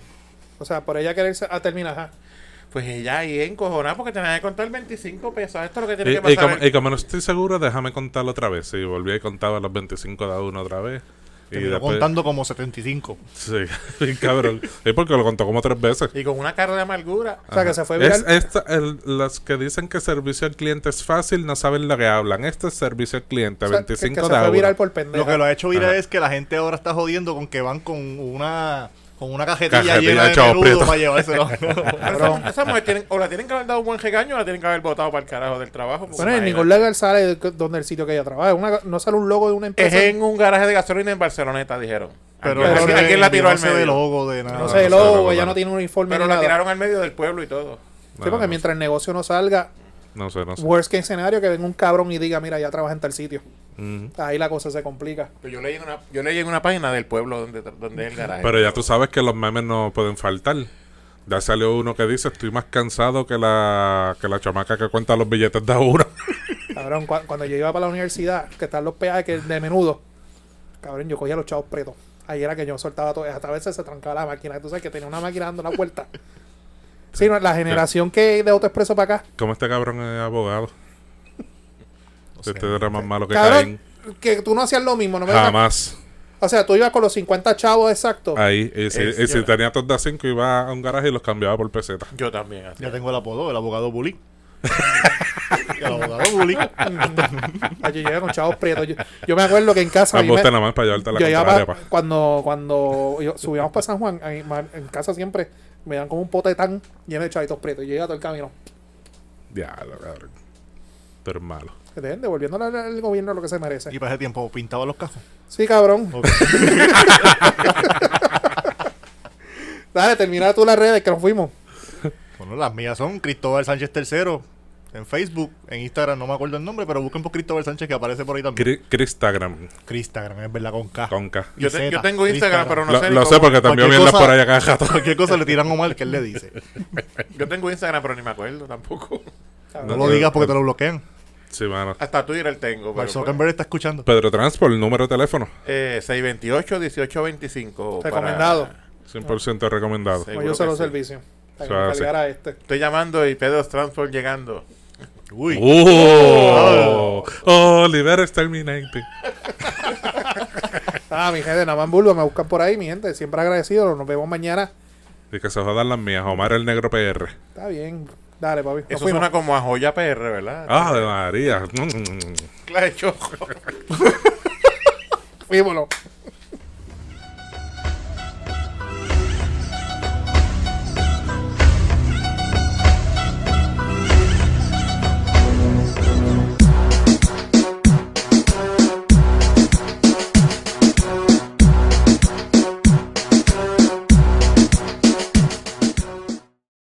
[SPEAKER 2] O sea, por ella quererse a terminar. ajá.
[SPEAKER 4] Pues ella ahí encojonada porque tenía que contar 25 pesos. Esto es lo que tiene
[SPEAKER 3] Y,
[SPEAKER 4] que
[SPEAKER 3] y
[SPEAKER 4] pasar.
[SPEAKER 3] como, y como no estoy seguro, déjame contarlo otra vez. Y volví y contaba los 25 de uno otra vez. Y
[SPEAKER 5] Terminó
[SPEAKER 3] después.
[SPEAKER 5] contando como 75.
[SPEAKER 3] Sí, bien cabrón. Es porque lo contó como tres veces.
[SPEAKER 4] Y con una cara de amargura.
[SPEAKER 3] Ah,
[SPEAKER 2] O sea, que se fue
[SPEAKER 3] Es,
[SPEAKER 2] viral.
[SPEAKER 3] esta- el- los que dicen que servicio al cliente es fácil no saben lo que hablan. Este es servicio al cliente,
[SPEAKER 2] o sea, que-
[SPEAKER 3] 25
[SPEAKER 2] que,
[SPEAKER 3] de
[SPEAKER 2] se fue
[SPEAKER 3] agua.
[SPEAKER 2] viral por
[SPEAKER 5] Lo que
[SPEAKER 2] pendejo.
[SPEAKER 5] lo ha hecho viral
[SPEAKER 3] Ajá.
[SPEAKER 5] es que la gente ahora está jodiendo con que van con una con una cajetilla,
[SPEAKER 3] Cajetilla
[SPEAKER 5] llena de
[SPEAKER 3] chavo
[SPEAKER 5] menudo
[SPEAKER 3] prieto.
[SPEAKER 5] para llevárselo.
[SPEAKER 4] Pero esa, esa mujer tienen- o la tienen que haber dado un buen regaño o la tienen que haber botado para el carajo del trabajo. porque
[SPEAKER 2] Bueno, en
[SPEAKER 4] imagínate.
[SPEAKER 2] ningún lugar sale de- donde el sitio que ella trabaja. Una- no sale un logo de una
[SPEAKER 4] Es
[SPEAKER 2] empresa.
[SPEAKER 4] en un garaje de gasolina en Barceloneta, dijeron.
[SPEAKER 5] pero
[SPEAKER 4] alguien,
[SPEAKER 5] no se-
[SPEAKER 4] alguien la tiró
[SPEAKER 5] no
[SPEAKER 4] al
[SPEAKER 5] se ve
[SPEAKER 4] medio.
[SPEAKER 5] logo de nada.
[SPEAKER 2] no sé, el
[SPEAKER 3] no sale
[SPEAKER 2] logo,
[SPEAKER 3] logo,
[SPEAKER 2] ella
[SPEAKER 3] claro.
[SPEAKER 2] no tiene un uniforme.
[SPEAKER 4] Pero
[SPEAKER 2] ni
[SPEAKER 4] la
[SPEAKER 2] nada.
[SPEAKER 4] tiraron al medio del pueblo y todo.
[SPEAKER 2] Sí, porque
[SPEAKER 3] no,
[SPEAKER 2] mientras el negocio no salga,
[SPEAKER 3] No sé, no sé.
[SPEAKER 2] worst case scenario, que venga un cabrón y diga, mira, ya trabaja en tal sitio.
[SPEAKER 3] Ujú.
[SPEAKER 2] Ahí la cosa se complica.
[SPEAKER 4] Pero yo leí en una, yo leí en una página del pueblo donde, donde es el garaje.
[SPEAKER 3] Pero ya tú sabes que los memes no pueden faltar. Ya salió uno que dice, estoy más cansado que la, que la chamaca que cuenta los billetes de ahora.
[SPEAKER 2] Cabrón, cua- cuando yo iba para la universidad, que están los peajes que de menudo, cabrón, yo cogía los chavos pretos. Ahí era que yo soltaba todo. Hasta a veces se trancaba la máquina. Tú sabes que tenía una máquina dando la vuelta. Sí, no, la generación que de AutoExpreso para acá.
[SPEAKER 3] Como este cabrón es abogado. este era más malo que
[SPEAKER 2] Cabrón,
[SPEAKER 3] Caín.
[SPEAKER 2] que tú no hacías lo mismo. No me digas-
[SPEAKER 3] Jamás.
[SPEAKER 2] O sea, tú ibas con los 50 chavos exactos.
[SPEAKER 3] Ahí. Y si,
[SPEAKER 4] Es-
[SPEAKER 3] y si
[SPEAKER 4] yo-
[SPEAKER 3] tenía todos de 5, iba a un garaje y los cambiaba por pesetas.
[SPEAKER 4] yo también. así.
[SPEAKER 5] Ya tengo el apodo, el abogado bully. el abogado bully.
[SPEAKER 2] Ay, Yo llegué con chavos pretos. Yo, yo me acuerdo que en casa. a mí me-
[SPEAKER 3] Ambos nada más para llevarte la
[SPEAKER 2] yo iba
[SPEAKER 3] contraria.
[SPEAKER 2] pa-
[SPEAKER 3] pa.
[SPEAKER 2] cuando cuando yo- subíamos para San Juan, a mi ma- en casa siempre me dan como un potetán lleno de chavitos pretos. Y yo iba todo el camino.
[SPEAKER 3] Diablo, cabrón. Tú eres malo.
[SPEAKER 2] Que Dejen devolviéndole al, al gobierno lo que se merece.
[SPEAKER 5] Y para ese tiempo pintaba los cajos.
[SPEAKER 2] Sí, cabrón.
[SPEAKER 4] Oh.
[SPEAKER 5] Ok.
[SPEAKER 2] Dale, termina tú las redes que nos fuimos.
[SPEAKER 5] Bueno, las mías son Cristóbal Sánchez III en Facebook, en Instagram, no me acuerdo el nombre, pero busquen por Cristóbal Sánchez que aparece por ahí también.
[SPEAKER 3] Cri- Cristagram.
[SPEAKER 5] Cristagram, es verdad, con K.
[SPEAKER 3] Conca.
[SPEAKER 5] Y
[SPEAKER 4] Yo, te-
[SPEAKER 5] Z,
[SPEAKER 4] yo tengo Instagram,
[SPEAKER 5] Instagram.
[SPEAKER 4] pero no
[SPEAKER 3] lo
[SPEAKER 4] sé. ni
[SPEAKER 3] lo sé
[SPEAKER 4] cómo-
[SPEAKER 3] porque también
[SPEAKER 5] cualquier
[SPEAKER 3] vienes
[SPEAKER 5] cosa-
[SPEAKER 3] por allá cada rato.
[SPEAKER 5] Cualquier cosa le tiran a Omar que él le dice.
[SPEAKER 4] Yo tengo Instagram, pero ni me acuerdo tampoco.
[SPEAKER 5] No pues. lo digas porque te lo bloquean.
[SPEAKER 3] Sí, mano.
[SPEAKER 4] Hasta Twitter tengo. Pero,
[SPEAKER 5] Mark
[SPEAKER 4] pues,
[SPEAKER 5] Zuckerberg está escuchando.
[SPEAKER 3] Pedro Transport, número de teléfono.
[SPEAKER 4] eh, 628-1825. Oh, para-
[SPEAKER 2] Recomendado.
[SPEAKER 3] 100% recomendado.
[SPEAKER 4] Sí.
[SPEAKER 2] Como
[SPEAKER 4] seguro
[SPEAKER 2] yo se
[SPEAKER 4] que
[SPEAKER 2] los
[SPEAKER 4] sí.
[SPEAKER 2] servicios. Para
[SPEAKER 3] O sea,
[SPEAKER 2] que me cargara este.
[SPEAKER 4] Estoy llamando y Pedro Transport llegando.
[SPEAKER 5] Uy.
[SPEAKER 3] ¡Oh! Oliver is terminating.
[SPEAKER 2] Ah, mi gente, nada más en Bulbo, me buscan por ahí, mi gente. Siempre agradecido. Nos vemos mañana.
[SPEAKER 3] Y que se jodan las mías. Omar el negro PR.
[SPEAKER 2] Está bien. Dale, papi. Nos
[SPEAKER 4] Eso
[SPEAKER 2] fuimos.
[SPEAKER 4] suena como a joya PR, ¿verdad?
[SPEAKER 3] ¡Ah, de María! Mm.
[SPEAKER 4] Claro, choco.
[SPEAKER 2] Fuímonos.